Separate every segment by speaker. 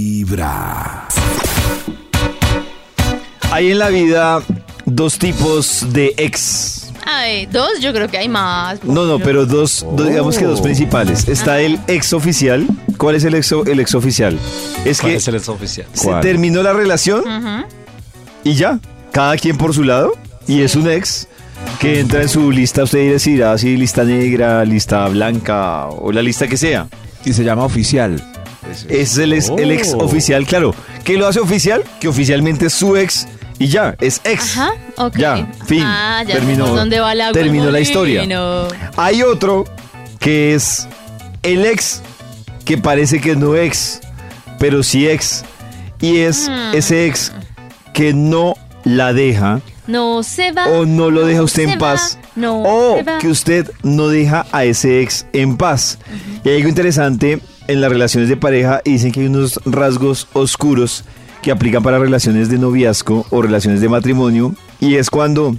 Speaker 1: Vibra.
Speaker 2: Hay en la vida dos tipos de ex.
Speaker 3: Ay, dos, yo creo que hay más.
Speaker 2: No, no, pero dos, dos- digamos que
Speaker 4: Oh.
Speaker 2: dos principales. Está el ex oficial. ¿Cuál es el ex, el ex oficial? Es
Speaker 4: ¿Cuál
Speaker 2: que
Speaker 4: es el ex oficial?
Speaker 2: se terminó la relación y ya. Cada quien por su lado. Y es un ex que entra en su lista. Usted decidirá si lista negra, lista blanca o la lista que sea.
Speaker 1: Y se llama oficial.
Speaker 2: Es el, ex- el ex
Speaker 4: Oh.
Speaker 2: oficial, claro. ¿Qué lo hace oficial? Que oficialmente es su ex y ya, es ex.
Speaker 3: Ajá, ok.
Speaker 2: Ya, fin.
Speaker 3: Ah, ya
Speaker 2: terminó.
Speaker 3: sabemos ¿Dónde va la
Speaker 2: terminó la
Speaker 3: Bueno.
Speaker 2: historia.
Speaker 3: oh.
Speaker 2: Hay otro que es el ex que parece que no ex, pero sí ex. Y es
Speaker 3: Mm.
Speaker 2: ese ex que no la deja
Speaker 3: No se va.
Speaker 2: o Oh, no lo deja usted
Speaker 3: se
Speaker 2: en
Speaker 3: va,
Speaker 2: paz.
Speaker 3: no
Speaker 2: o
Speaker 3: se va.
Speaker 2: que usted no deja a ese ex en paz. Y hay algo interesante en las relaciones de pareja y dicen que hay unos rasgos oscuros que aplican para relaciones de noviazgo o relaciones de matrimonio. Y es cuando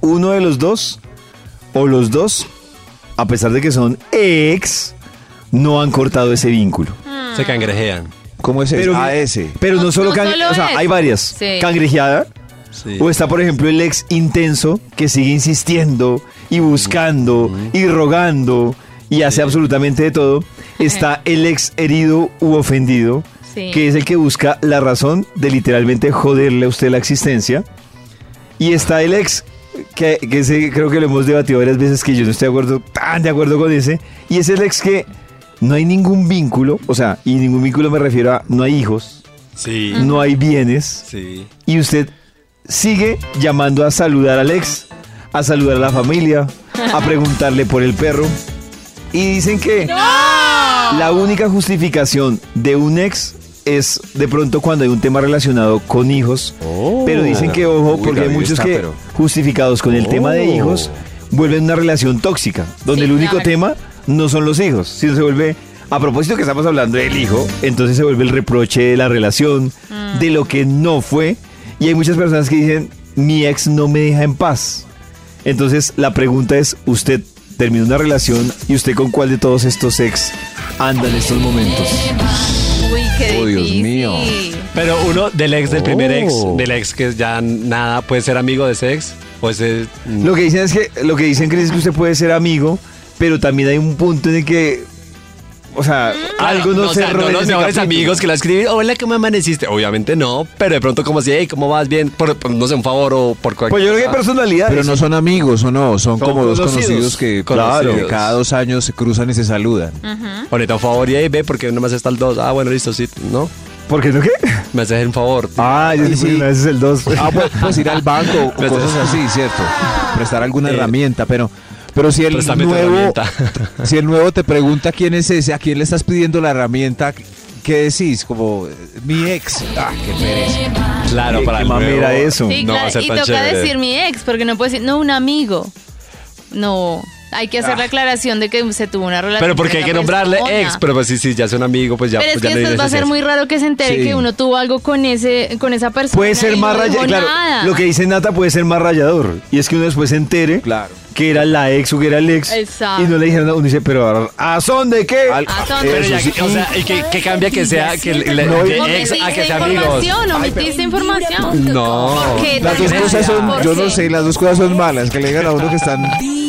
Speaker 2: uno de los dos o los dos, a pesar de que son ex, no han cortado ese vínculo.
Speaker 4: Se cangrejean.
Speaker 1: ¿Cómo es
Speaker 2: Pero-
Speaker 1: ese? Ah, ese.
Speaker 2: Pero no,
Speaker 3: No-
Speaker 2: solo,
Speaker 3: no
Speaker 2: can-
Speaker 3: solo
Speaker 2: o sea,
Speaker 3: ex.
Speaker 2: hay varias.
Speaker 3: Sí.
Speaker 2: Cangrejeada,
Speaker 4: Sí.
Speaker 2: o está, por ejemplo, el ex intenso que sigue insistiendo y buscando y rogando y hace absolutamente de todo. Está el ex herido u ofendido,
Speaker 3: Sí.
Speaker 2: que es el que busca la razón de literalmente joderle a usted la existencia. Y está el ex, que, que ese creo que lo hemos debatido varias veces, que yo no estoy de acuerdo, tan de acuerdo con ese. Y es el ex que no hay ningún vínculo, o sea, y ningún vínculo me refiero a no hay hijos,
Speaker 4: Sí.
Speaker 2: no hay bienes
Speaker 4: Sí.
Speaker 2: y usted sigue llamando a saludar al ex, a saludar a la familia, a preguntarle por el perro. Y dicen que la única justificación de un ex es de pronto cuando hay un tema relacionado con hijos. Pero dicen que ojo,
Speaker 1: Oh. Uy,
Speaker 2: porque hay
Speaker 1: David
Speaker 2: muchos
Speaker 1: está,
Speaker 2: que
Speaker 1: pero- Oh.
Speaker 2: justificados con el tema de hijos vuelven una relación tóxica, donde
Speaker 3: Sí,
Speaker 2: el único
Speaker 3: claro.
Speaker 2: tema no son los hijos, sino se vuelve, a propósito que estamos hablando del hijo, entonces se vuelve el reproche de la relación,
Speaker 3: Mm.
Speaker 2: de lo que no fue, y hay muchas personas que dicen, mi ex no me deja en paz. Entonces la pregunta es, ¿usted terminó una relación y usted con cuál de todos estos ex anda en estos momentos?
Speaker 3: Uy, qué
Speaker 1: Oh, Dios
Speaker 3: difícil.
Speaker 1: mío.
Speaker 4: Pero uno del ex, del primer ex,
Speaker 1: Oh.
Speaker 4: del ex que ya nada puede ser amigo de ese ex, o ese.
Speaker 2: Lo que dicen es que lo que dicen Cris, es que usted puede ser amigo, pero también hay un punto en el que o sea,
Speaker 3: Mm,
Speaker 2: algo no,
Speaker 4: o
Speaker 2: se
Speaker 4: sea, no
Speaker 2: roba en
Speaker 4: los
Speaker 2: ese
Speaker 4: mejores
Speaker 2: capítulo.
Speaker 4: amigos que la escriben, hola, ¿cómo amaneciste? Obviamente no, pero de pronto como si, hey, ¿cómo vas? Bien, por, por, no sé, un favor o por cualquier
Speaker 2: Pues yo creo que hay personalidades.
Speaker 1: Pero no son amigos o no, son,
Speaker 2: Son
Speaker 1: como dos
Speaker 2: conocidos.
Speaker 1: conocidos que,
Speaker 4: Claro.
Speaker 1: que cada dos años se cruzan y se saludan.
Speaker 4: Ahorita un favor y ahí ve, porque nomás está el 2. Ah, bueno, listo, sí, ¿no?
Speaker 2: ¿Por qué no qué?
Speaker 4: Me haces un favor.
Speaker 2: Ah, yo
Speaker 1: Y
Speaker 2: sí,
Speaker 1: sí.
Speaker 2: una vez es el 2.
Speaker 1: Ah, pues, pues ir al banco, o
Speaker 4: Pues, Eh.
Speaker 1: cosas así, ¿cierto? Prestar alguna herramienta, pero, pero si el
Speaker 4: Préstame tu
Speaker 1: nuevo,
Speaker 4: herramienta.
Speaker 1: si el nuevo te pregunta quién es ese, a quién le estás pidiendo la herramienta, ¿qué decís? Como eh, mi ex. Ah, qué pereza.
Speaker 4: Claro,
Speaker 2: qué
Speaker 4: para el
Speaker 2: mamera
Speaker 4: nuevo,
Speaker 2: eso.
Speaker 3: Sí,
Speaker 4: no va a
Speaker 3: claro.
Speaker 4: ser
Speaker 3: Y
Speaker 4: tan
Speaker 3: toca
Speaker 4: chévere.
Speaker 3: decir mi ex, porque no puedo decir, no, un amigo. No. Hay que hacer la aclaración de que se tuvo una relación.
Speaker 4: Pero porque
Speaker 3: con
Speaker 4: hay que
Speaker 3: esa
Speaker 4: nombrarle
Speaker 3: persona.
Speaker 4: ex, pero pues sí, sí, ya es un amigo, pues ya,
Speaker 3: Pero es
Speaker 4: pues ya
Speaker 3: que
Speaker 4: le
Speaker 3: después va a
Speaker 4: dices
Speaker 3: ser
Speaker 4: ex.
Speaker 3: muy raro que se entere
Speaker 1: Sí.
Speaker 3: que uno tuvo algo con ese con esa persona.
Speaker 2: Puede ser
Speaker 3: y
Speaker 2: más
Speaker 3: no
Speaker 2: rayador.
Speaker 3: dijo
Speaker 2: Claro,
Speaker 3: nada.
Speaker 2: lo que dice Nata puede ser más rayador. Y es que uno después se entere
Speaker 1: Claro.
Speaker 2: que era la ex o que era el ex.
Speaker 3: Exacto.
Speaker 2: Y no le dijeron nada. Uno dice, pero ahora, ¿a son de qué?
Speaker 1: Al-
Speaker 3: Ah, son-
Speaker 4: Pero
Speaker 3: Eso
Speaker 4: ya,
Speaker 3: sí.
Speaker 4: o sea, y que, que cambia que sea que le- le-
Speaker 2: No,
Speaker 4: de ex
Speaker 3: Omitiste
Speaker 4: a que sea amigos.
Speaker 3: información, omitiste información.
Speaker 4: No.
Speaker 3: ¿Qué
Speaker 1: Las dos
Speaker 3: tal?
Speaker 1: cosas son,
Speaker 3: Por
Speaker 1: yo no
Speaker 3: sí.
Speaker 1: sé, las dos cosas son malas, que le digan a uno que están,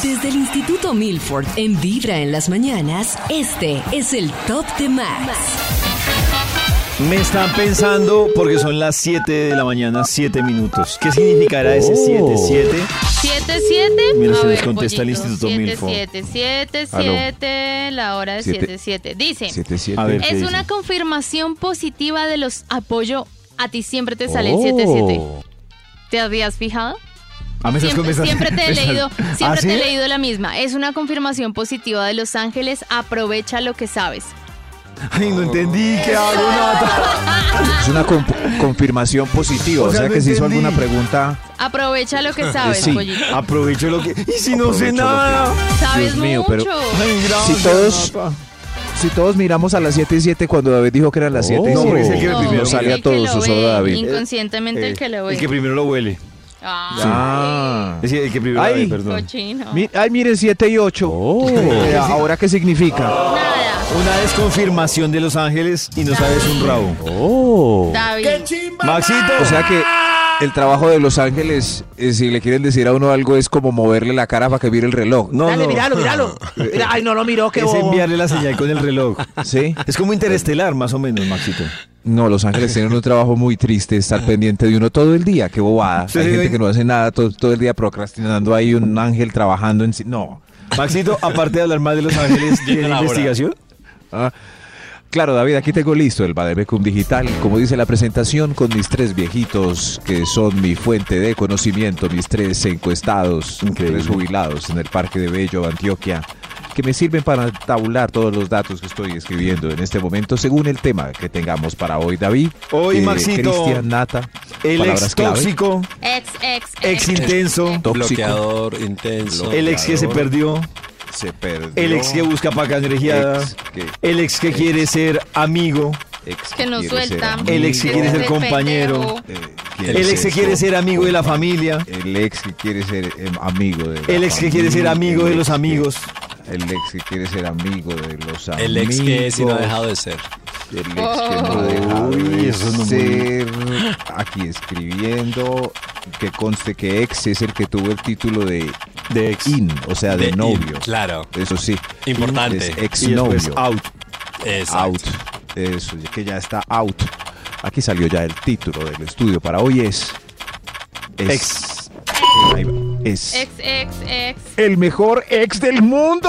Speaker 5: Desde el Instituto Milford, en Vibra en las Mañanas, este es el Top de Max.
Speaker 2: Me están pensando porque son las 7 de la mañana, 7 minutos. ¿Qué significará ese 7-7?
Speaker 3: 77.
Speaker 2: Mira, se
Speaker 3: A
Speaker 2: les
Speaker 3: ver,
Speaker 2: contesta el
Speaker 3: pollito.
Speaker 2: Instituto Milfo.
Speaker 3: 7777, la hora de
Speaker 1: Siete.
Speaker 3: 77. Dice,
Speaker 1: siete, siete.
Speaker 2: A ver. ¿qué
Speaker 3: es
Speaker 2: dice?
Speaker 3: una confirmación positiva de los apoyo. A ti siempre te sale
Speaker 2: Oh.
Speaker 3: el 77.
Speaker 4: Oh.
Speaker 3: ¿Te habías fijado?
Speaker 2: Ah, me estás
Speaker 3: Siempre,
Speaker 2: contestando.
Speaker 3: siempre te he leído, siempre
Speaker 2: ¿Ah, sí?
Speaker 3: te he leído la misma. Es una confirmación positiva de Los Ángeles. Aprovecha lo que sabes.
Speaker 2: Ay, no entendí, ¿qué hago, Nata?
Speaker 1: Es una comp- confirmación positiva.
Speaker 2: O
Speaker 1: O sea,
Speaker 2: sea, no
Speaker 1: que si hizo
Speaker 2: entendí.
Speaker 1: alguna pregunta. eh,
Speaker 3: Aprovecha lo que sabes,
Speaker 1: Sí.
Speaker 3: pollito.
Speaker 2: Ah, Aprovecho lo que. Y si no sé
Speaker 1: Aprovecho lo
Speaker 2: nada.
Speaker 3: Sabes
Speaker 1: mío,
Speaker 3: mucho.
Speaker 1: pero-
Speaker 2: Ay,
Speaker 1: Si
Speaker 2: gracias,
Speaker 1: todos-
Speaker 2: Nata.
Speaker 1: Si todos miramos a las 7 y 7 cuando David dijo que eran las 7 y
Speaker 2: No, porque es el que
Speaker 1: 7,
Speaker 2: primero Eh,
Speaker 1: nos sale
Speaker 3: el
Speaker 1: a
Speaker 3: que
Speaker 1: todos,
Speaker 3: lo
Speaker 1: o solo
Speaker 3: ve,
Speaker 1: a David.
Speaker 3: Inconscientemente el que lo ve.
Speaker 2: El que primero lo huele.
Speaker 3: Ay,
Speaker 1: Ah.
Speaker 2: Es decir, el que primero
Speaker 1: Ay.
Speaker 2: lo huele, perdón. Oh.
Speaker 3: cochino.
Speaker 1: Mi- ay, miren, 7 y 8. ¿Ahora qué significa?
Speaker 3: Nada.
Speaker 2: Una desconfirmación de Los Ángeles y no sabes un rabo.
Speaker 1: Oh.
Speaker 3: David.
Speaker 2: Maxito.
Speaker 1: O sea que el trabajo de Los Ángeles, eh, si le quieren decir a uno algo, es como moverle la cara para que mire el reloj.
Speaker 2: no,
Speaker 6: Dale,
Speaker 2: no.
Speaker 6: míralo, míralo. Mira, Ay, no lo miró, qué
Speaker 2: Es
Speaker 6: bobo.
Speaker 2: enviarle la señal con el reloj.
Speaker 1: ¿Sí?
Speaker 2: Es como interestelar, más o menos, Maxito.
Speaker 1: No, Los Ángeles tienen un trabajo muy triste, estar pendiente de uno todo el día. Qué bobada.
Speaker 2: Sí,
Speaker 1: Hay
Speaker 2: sí,
Speaker 1: gente
Speaker 2: sí.
Speaker 1: que no hace nada todo, todo el día procrastinando ahí, un ángel trabajando en sí. No.
Speaker 2: Maxito, aparte de hablar más de Los Ángeles, ¿tiene
Speaker 4: Llega la hora.
Speaker 2: investigación?
Speaker 1: Ah, Claro, David, aquí tengo listo el Bademecum Digital, como dice la presentación, con mis tres viejitos, que son mi fuente de conocimiento, mis tres encuestados,
Speaker 2: Increíble.
Speaker 1: tres jubilados en el Parque de Bello, Antioquia, que me sirven para tabular todos los datos que estoy escribiendo en este momento, según el tema que tengamos para hoy, David.
Speaker 2: Hoy,
Speaker 1: eh,
Speaker 2: Maxito,
Speaker 1: Cristian, Nata,
Speaker 2: El
Speaker 1: palabras
Speaker 2: ex
Speaker 1: clave.
Speaker 2: tóxico,
Speaker 3: Ex, ex,
Speaker 2: ex intenso,
Speaker 1: Tóxico.
Speaker 4: Bloqueador intenso.
Speaker 2: el ex que se perdió,
Speaker 1: Se perdió.
Speaker 2: el ex que busca pacangrejeada,
Speaker 1: Ex que-
Speaker 2: el ex que quiere ser amigo,
Speaker 1: ex
Speaker 3: Que no
Speaker 1: quiere ser
Speaker 3: suelta. Este
Speaker 1: amigo,
Speaker 2: El ex que quiere ser compañero.
Speaker 3: pendejo.
Speaker 1: eh,
Speaker 2: el ex que quiere ser amigo de la familia,
Speaker 1: El ex que quiere ser eh, amigo de la
Speaker 2: el ex que quiere ser
Speaker 1: familia,
Speaker 2: amigo
Speaker 1: el
Speaker 2: de
Speaker 1: ex
Speaker 2: los
Speaker 1: que-
Speaker 2: amigos,
Speaker 1: El ex que quiere ser amigo de los amigos.
Speaker 4: El ex que es y no ha dejado de ser.
Speaker 1: El ex que no ha dejado
Speaker 2: Uy,
Speaker 1: de
Speaker 2: eso no muy-
Speaker 1: ser. Aquí escribiendo que conste que ex es el que tuvo el título de
Speaker 2: de ex.
Speaker 1: in, o sea, de,
Speaker 4: De in,
Speaker 1: novio.
Speaker 4: claro.
Speaker 1: Eso sí.
Speaker 4: Importante.
Speaker 1: Es
Speaker 2: Y
Speaker 1: ex
Speaker 2: después
Speaker 1: novio.
Speaker 2: out.
Speaker 4: Exacto.
Speaker 1: Out. Eso, que ya está out. Aquí salió ya el título del estudio para hoy es... es
Speaker 2: Ex.
Speaker 1: Ahí va. Es...
Speaker 3: Ex, ex, ex.
Speaker 1: El mejor ex del mundo.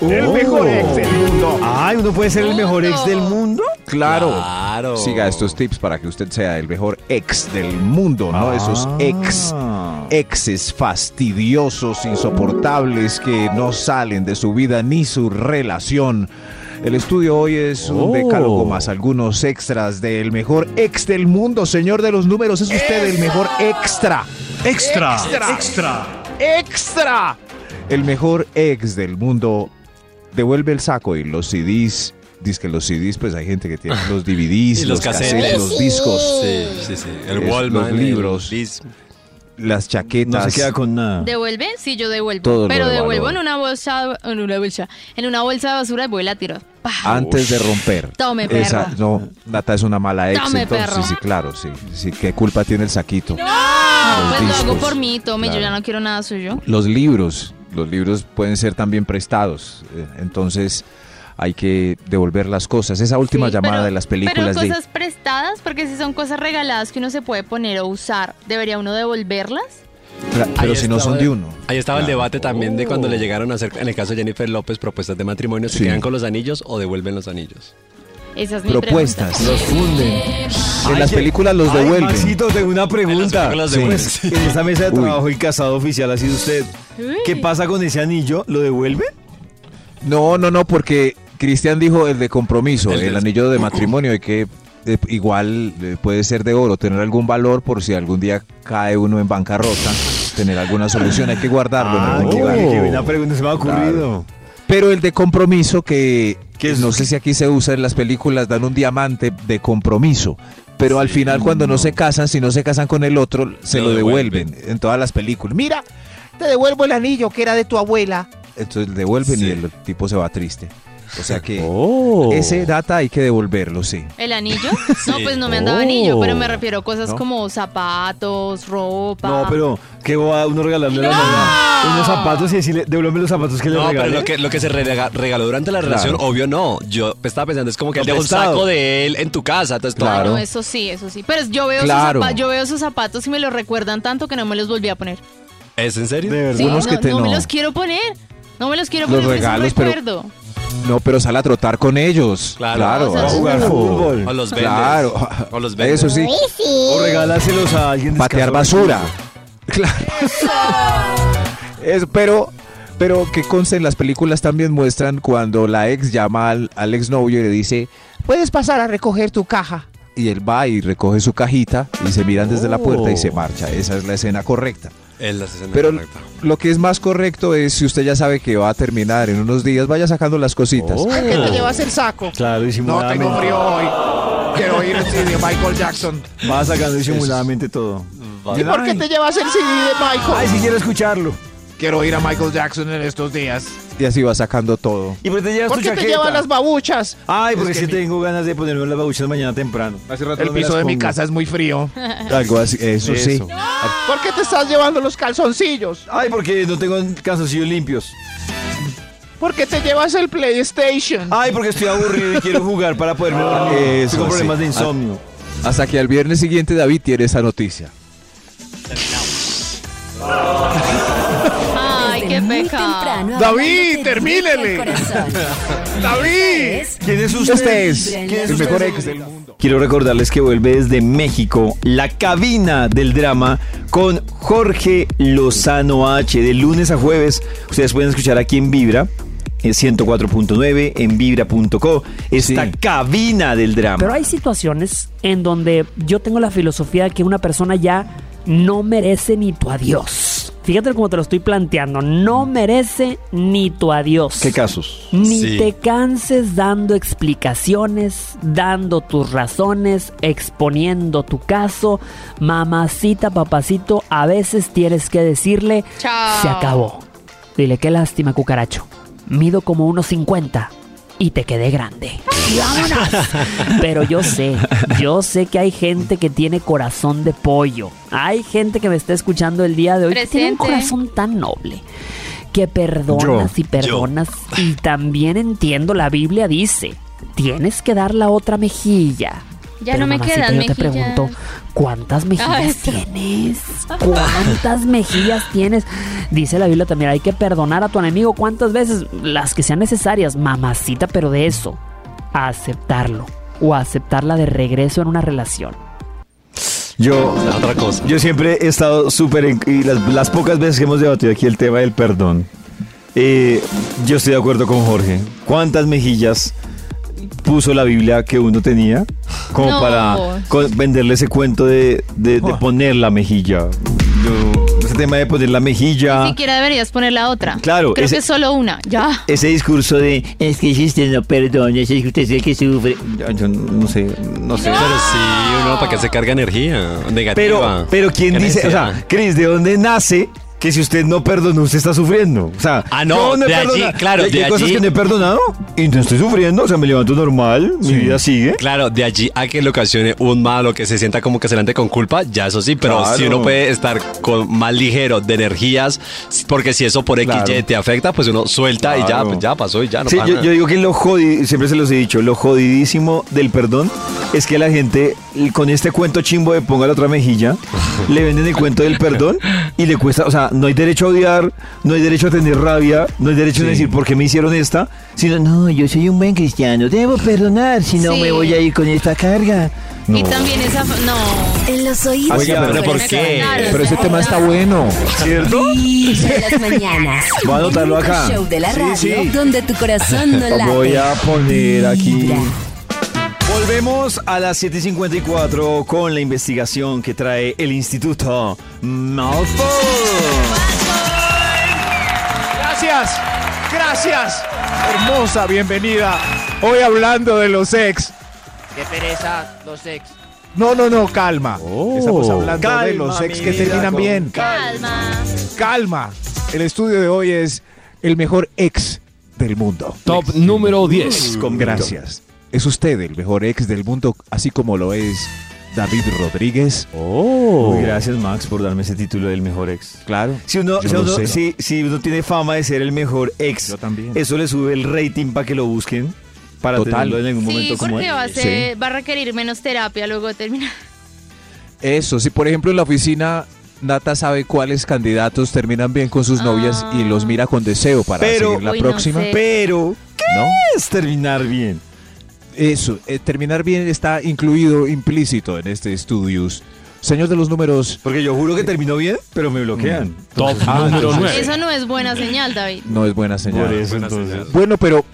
Speaker 1: El
Speaker 2: Oh.
Speaker 1: mejor ex del mundo.
Speaker 2: Ay, uno puede ser el mejor ex del mundo.
Speaker 1: Claro.
Speaker 4: Claro.
Speaker 1: Siga estos tips para que usted sea el mejor ex del mundo, ¿no? Esos ex, exes fastidiosos, insoportables, que no salen de su vida ni su relación. El estudio hoy es un decálogo más algunos extras del mejor ex del mundo, señor de los números. Es usted el mejor extra. Extra. Extra. Extra. Extra. El mejor ex del mundo devuelve el saco y los CDs. Dice que los CDs, pues hay gente que tiene los DVDs,
Speaker 4: Y los cassettes.
Speaker 1: los discos,
Speaker 4: Sí, sí, sí. El
Speaker 1: Es-
Speaker 4: Wallman.
Speaker 1: los libros.
Speaker 4: el Disc.
Speaker 1: las
Speaker 2: No
Speaker 1: chaquetas.
Speaker 2: se queda con nada.
Speaker 3: ¿Devuelve? Sí, yo devuelvo.
Speaker 1: Ah. Todo lo
Speaker 3: pero devuelvo
Speaker 1: devaloro.
Speaker 3: en una bolsa, en una bolsa, en una bolsa de basura y voy y la tiro. Pa.
Speaker 1: antes de romper.
Speaker 3: Tome,
Speaker 1: Esa-
Speaker 3: perra.
Speaker 1: no, Nata es una mala ex,
Speaker 3: Tome,
Speaker 1: entonces
Speaker 3: perro.
Speaker 1: sí, claro, sí, sí. ¿Qué culpa tiene el saquito?
Speaker 3: No,
Speaker 1: Los
Speaker 3: pues lo hago
Speaker 1: discos.
Speaker 3: por mí, tome, yo
Speaker 1: Ah, Claro.
Speaker 3: ya no quiero nada suyo.
Speaker 1: Los libros, los libros pueden ser también prestados, eh, entonces hay que devolver las cosas. Esa última
Speaker 3: Sí,
Speaker 1: llamada
Speaker 3: pero-
Speaker 1: de las películas
Speaker 3: Pero
Speaker 1: de...
Speaker 3: cosas prestadas, porque si son cosas regaladas que uno se puede poner o usar, ¿debería uno devolverlas?
Speaker 1: Cla- pero
Speaker 4: Ahí
Speaker 1: si no
Speaker 4: estaba-
Speaker 1: son de uno.
Speaker 4: Ahí estaba el
Speaker 1: Claro.
Speaker 4: debate también de cuando le llegaron a hacer, en el caso de Jennifer López, propuestas de matrimonio, ¿se
Speaker 1: Sí.
Speaker 4: quedan con los anillos o devuelven los anillos?
Speaker 3: Esa es mi
Speaker 1: Propuestas.
Speaker 3: pregunta.
Speaker 1: funden. En
Speaker 2: Ay,
Speaker 1: las
Speaker 2: que-
Speaker 1: películas los
Speaker 2: Ay,
Speaker 1: devuelven.
Speaker 2: Maxito, tengo una pregunta.
Speaker 4: En las películas
Speaker 2: Sí.
Speaker 4: devuelven,
Speaker 2: Pues, En esta mesa de
Speaker 1: Uy.
Speaker 2: trabajo el casado oficial ha sido usted. ¿Qué pasa con ese anillo? ¿Lo devuelve?
Speaker 1: No, no, no, porque Cristian dijo el de compromiso, el,
Speaker 4: El de-
Speaker 1: anillo de matrimonio, y que eh, igual eh, puede ser de oro, tener algún valor por si algún día cae uno en bancarrota, tener alguna solución, hay que guardarlo. en algún
Speaker 2: Ah, qué,
Speaker 1: lugar.
Speaker 2: qué buena pregunta se me ha ocurrido.
Speaker 1: Pero el de compromiso que,
Speaker 2: ¿Qué es?
Speaker 1: no sé si aquí se usa en las películas, dan un diamante de compromiso. Pero al final cuando no. se casan, si no se casan con el otro, se lo,
Speaker 4: Lo
Speaker 1: devuelven. en todas las películas. Mira,
Speaker 6: Te devuelvo el anillo que era de tu abuela.
Speaker 1: entonces le devuelven
Speaker 4: Sí. Oh.
Speaker 1: y el tipo se va triste. O sea que ese data hay que devolverlo, sí. Oh.
Speaker 3: ¿El anillo? No,
Speaker 4: Sí.
Speaker 3: pues no me han dado anillo, pero me refiero a cosas como zapatos, ropa.
Speaker 2: No, pero ¿qué va a uno regalarle a la mamá? Unos zapatos y decirle, devuélveme los zapatos que le
Speaker 4: No, pero
Speaker 2: regalé.
Speaker 4: lo que, lo que se relega- regaló durante la
Speaker 1: Claro.
Speaker 4: relación, obvio no. Yo pues, estaba pensando, es como que
Speaker 2: No,
Speaker 4: él dejó un
Speaker 2: prestado.
Speaker 4: saco de él en tu casa. Entonces, todo-
Speaker 3: Ay,
Speaker 1: Claro.
Speaker 3: no, eso sí, eso sí. Pero yo veo,
Speaker 1: Claro.
Speaker 3: sus zapa- yo veo esos zapatos y me los recuerdan tanto que no me los volví a poner.
Speaker 4: ¿Es en serio?
Speaker 2: De verdad.
Speaker 3: Sí, no,
Speaker 1: Algunos que te-
Speaker 3: no me
Speaker 1: no.
Speaker 3: los quiero poner. No me los quiero
Speaker 1: Los
Speaker 3: poner, porque
Speaker 1: regalos,
Speaker 3: es un
Speaker 1: pero-
Speaker 3: recuerdo.
Speaker 1: No, pero sale a trotar con ellos.
Speaker 4: Claro.
Speaker 1: Claro,
Speaker 3: O sea,
Speaker 1: a
Speaker 3: sí.
Speaker 1: jugar fútbol.
Speaker 4: O los vendes.
Speaker 1: Claro.
Speaker 4: O los vendes.
Speaker 1: Eso sí,
Speaker 2: Pues O regálaselos a alguien
Speaker 1: patear
Speaker 2: descalzo.
Speaker 1: basura. Claro. Eso, pero, Pero que conste, en las películas también muestran cuando la ex llama al, al exnovio y le dice,
Speaker 6: Puedes pasar a recoger tu caja.
Speaker 1: y él va y recoge su cajita y se miran desde la puerta y se
Speaker 4: Oh.
Speaker 1: marcha. Esa es la escena correcta.
Speaker 4: Es la escena
Speaker 1: Pero
Speaker 4: correcta.
Speaker 1: lo que es más correcto es si usted ya sabe que va a terminar en unos días, vaya sacando las cositas.
Speaker 2: Oh.
Speaker 6: ¿Por Oh. qué te llevas el saco?
Speaker 2: Claro,
Speaker 6: No,
Speaker 2: disimuladamente.
Speaker 6: tengo frío hoy. Quiero oír el CD de Michael Jackson.
Speaker 2: Va sacando disimuladamente todo.
Speaker 6: ¿Y por qué te llevas el CD de
Speaker 2: Ay,
Speaker 6: Michael?
Speaker 2: si quiero escucharlo.
Speaker 6: Quiero oír a Michael Jackson en estos días.
Speaker 1: Y así va sacando todo.
Speaker 2: ¿Y por qué te llevas
Speaker 6: ¿Por
Speaker 2: tu
Speaker 6: qué te
Speaker 2: chaqueta?
Speaker 6: llevas las babuchas?
Speaker 2: Ay, porque
Speaker 6: Es
Speaker 2: es
Speaker 6: que
Speaker 2: que tengo ganas de ponerme las babuchas mañana temprano.
Speaker 6: El piso de mi casa es muy frío.
Speaker 2: Ah.
Speaker 1: Algo así, eso, sí.
Speaker 6: ¿Por qué te estás llevando los calzoncillos?
Speaker 2: Ay, porque no tengo calzoncillos limpios.
Speaker 6: ¿Por qué te llevas el PlayStation?
Speaker 2: Ay, porque estoy aburrido y quiero jugar para poderme dormir.
Speaker 1: Ah, Eso
Speaker 2: Tengo problemas
Speaker 1: sí. Ah,
Speaker 2: de insomnio.
Speaker 1: Hasta que al viernes siguiente David tiene esa noticia.
Speaker 3: Ay,
Speaker 5: Desde
Speaker 3: qué
Speaker 5: muy
Speaker 3: pecado.
Speaker 5: temprano,
Speaker 6: David,
Speaker 5: hablándote directo
Speaker 6: termínele.
Speaker 5: al corazón.
Speaker 6: ¡David!
Speaker 5: Es
Speaker 2: ¿Quién es
Speaker 1: Este es
Speaker 5: Vibra en
Speaker 2: ¿Quién
Speaker 5: las
Speaker 2: es
Speaker 1: el mejor
Speaker 5: mañanas.
Speaker 1: ex del mundo.
Speaker 2: Quiero recordarles que vuelve desde México la cabina del drama con Jorge Lozano H. De lunes a jueves, ustedes pueden escuchar aquí en Vibra, en 104.9, en vibra.co, esta
Speaker 1: Sí.
Speaker 2: cabina del drama.
Speaker 7: Pero hay situaciones en donde yo tengo la filosofía de que una persona ya no merece ni tu adiós. Fíjate cómo te lo estoy planteando. No merece ni tu adiós.
Speaker 2: ¿Qué casos?
Speaker 7: Ni
Speaker 4: Sí.
Speaker 7: te canses dando explicaciones, dando tus razones, exponiendo tu caso. Mamacita, papacito, a veces tienes que decirle,
Speaker 3: Chao.
Speaker 7: se acabó. Dile, qué lástima, cucaracho. Mido como unos 50 y te quedé grande. Y vámonos. Pero yo sé, yo sé que hay gente que tiene corazón de pollo. Hay gente que me está escuchando el día de hoy que tiene un
Speaker 3: Presente.
Speaker 7: corazón tan noble que perdonas y perdonas y también entiendo la Biblia dice tienes que dar la otra mejilla
Speaker 3: Ya no me
Speaker 7: mamacita,
Speaker 3: quedan
Speaker 7: yo te
Speaker 3: mejillas.
Speaker 7: pregunto cuántas
Speaker 3: Ah,
Speaker 7: mejillas
Speaker 3: eso.
Speaker 7: tienes cuántas mejillas tienes dice la Biblia también hay que perdonar a tu enemigo cuántas veces las que sean necesarias mamacita pero de eso a aceptarlo o a aceptarla de regreso en una relación
Speaker 2: Yo,
Speaker 4: La otra cosa.
Speaker 2: yo siempre he estado súper... en- Y las, las pocas veces que hemos debatido aquí el tema del perdón, eh, yo estoy de acuerdo con Jorge. ¿Cuántas mejillas puso la Biblia que uno tenía como
Speaker 3: No.
Speaker 2: para co- venderle ese cuento de, de-
Speaker 4: Ah.
Speaker 2: de poner la mejilla? Yo- ese tema de poner la
Speaker 3: Ni
Speaker 2: mejilla,
Speaker 3: siquiera deberías poner la otra.
Speaker 2: Claro,
Speaker 3: Creo
Speaker 2: ese-
Speaker 3: que solo una. Ya.
Speaker 2: ese discurso de es que hiciste no perdón, es que usted es el que sufre. Yo- Yo no sé, no sé.
Speaker 4: Pero sí, uno para que se carga energía negativa.
Speaker 2: Pero, pero ¿quién dice? O sea,
Speaker 4: Creencia.
Speaker 2: Cris, ¿de dónde nace que si usted no perdonó, usted está sufriendo? O sea,
Speaker 4: Ah, no,
Speaker 2: yo he
Speaker 4: de allí,
Speaker 2: perdonado.
Speaker 4: claro,
Speaker 2: Hay-
Speaker 4: de
Speaker 2: hay cosas
Speaker 4: allí.
Speaker 2: que no he perdonado y no estoy sufriendo, o sea, me levanto normal, mi vida sigue.
Speaker 4: Mm. Claro, de allí a que le ocasione un mal o que se sienta como que se levante con culpa, ya eso sí, pero
Speaker 2: Claro.
Speaker 4: si uno puede estar con más ligero de energías, porque si eso por X,
Speaker 2: Claro.
Speaker 4: Y te afecta, pues uno suelta y ya,
Speaker 2: Claro.
Speaker 4: pues ya pasó y ya no
Speaker 2: Sí,
Speaker 4: pasa
Speaker 2: yo,
Speaker 4: nada.
Speaker 2: yo digo que lo jodido, siempre se los he dicho, lo jodidísimo del perdón es que la gente l- con este cuento chimbo de ponga la otra mejilla, le venden el cuento del perdón y le cuesta, o sea, no hay derecho a odiar, no hay derecho a tener rabia, no hay derecho a decir por qué me hicieron esta, sino no, yo soy un buen cristiano, debo perdonar, si no
Speaker 3: Sí.
Speaker 2: me voy a ir con esta carga.
Speaker 3: Y también esa. No.
Speaker 5: En los oídos.
Speaker 2: Oiga,
Speaker 5: del
Speaker 2: pero
Speaker 4: ¿por
Speaker 5: corazón.
Speaker 4: qué?
Speaker 1: Pero ese tema está bueno.
Speaker 2: ¿Cierto?
Speaker 5: Vibra en las mañanas.
Speaker 2: Voy a anotarlo
Speaker 5: El único
Speaker 2: acá.
Speaker 5: show de la
Speaker 2: Sí,
Speaker 5: radio
Speaker 2: sí.
Speaker 5: donde tu corazón no late.
Speaker 2: Voy a poner aquí.
Speaker 5: Vibra.
Speaker 2: Volvemos a las 7:54 con la investigación que trae el Instituto Malfoy.
Speaker 6: Gracias, gracias. Hermosa bienvenida. Hoy hablando de los ex. Qué pereza, los ex. No, no, no, calma. Estamos hablando de
Speaker 2: Oh. Calma,
Speaker 6: los ex
Speaker 2: mi
Speaker 6: que
Speaker 2: vida,
Speaker 6: terminan
Speaker 2: con
Speaker 6: bien.
Speaker 3: Calma.
Speaker 6: Calma. El estudio de hoy es el mejor ex del mundo.
Speaker 8: Top número 10.
Speaker 2: Con
Speaker 1: Gracias. Es usted el mejor ex del mundo, así como lo es David Rodríguez.
Speaker 2: Muy gracias Max por darme ese título del mejor ex.
Speaker 1: Claro.
Speaker 2: Si uno,
Speaker 1: Yo
Speaker 2: si
Speaker 1: lo
Speaker 2: uno-
Speaker 1: sé.
Speaker 2: si- si uno tiene fama de ser el mejor ex,
Speaker 1: Yo también.
Speaker 2: eso le sube el rating para que lo busquen. Para
Speaker 1: Total.
Speaker 2: tenerlo en algún
Speaker 3: Sí,
Speaker 2: momento como
Speaker 3: porque
Speaker 2: él.
Speaker 1: este.
Speaker 3: va a, ser, va a requerir menos terapia luego de terminar.
Speaker 1: Eso, si por ejemplo en la oficina Nata sabe cuáles candidatos terminan bien con sus novias y los mira con deseo para
Speaker 2: Pero-
Speaker 1: seguir la
Speaker 3: Uy, no
Speaker 1: próxima.
Speaker 3: sé.
Speaker 2: Pero, ¿qué
Speaker 1: ¿No?
Speaker 2: es terminar bien?
Speaker 1: Eso, eh, terminar bien está incluido, implícito en este estudios Señor de los números.
Speaker 2: Porque yo juro que terminó bien, pero me bloquean.
Speaker 8: Top
Speaker 1: Ah,
Speaker 8: número
Speaker 1: entonces-
Speaker 8: 9.
Speaker 3: Eso no es buena señal, David.
Speaker 1: No es buena señal.
Speaker 2: Por eso entonces.
Speaker 1: Bueno, pero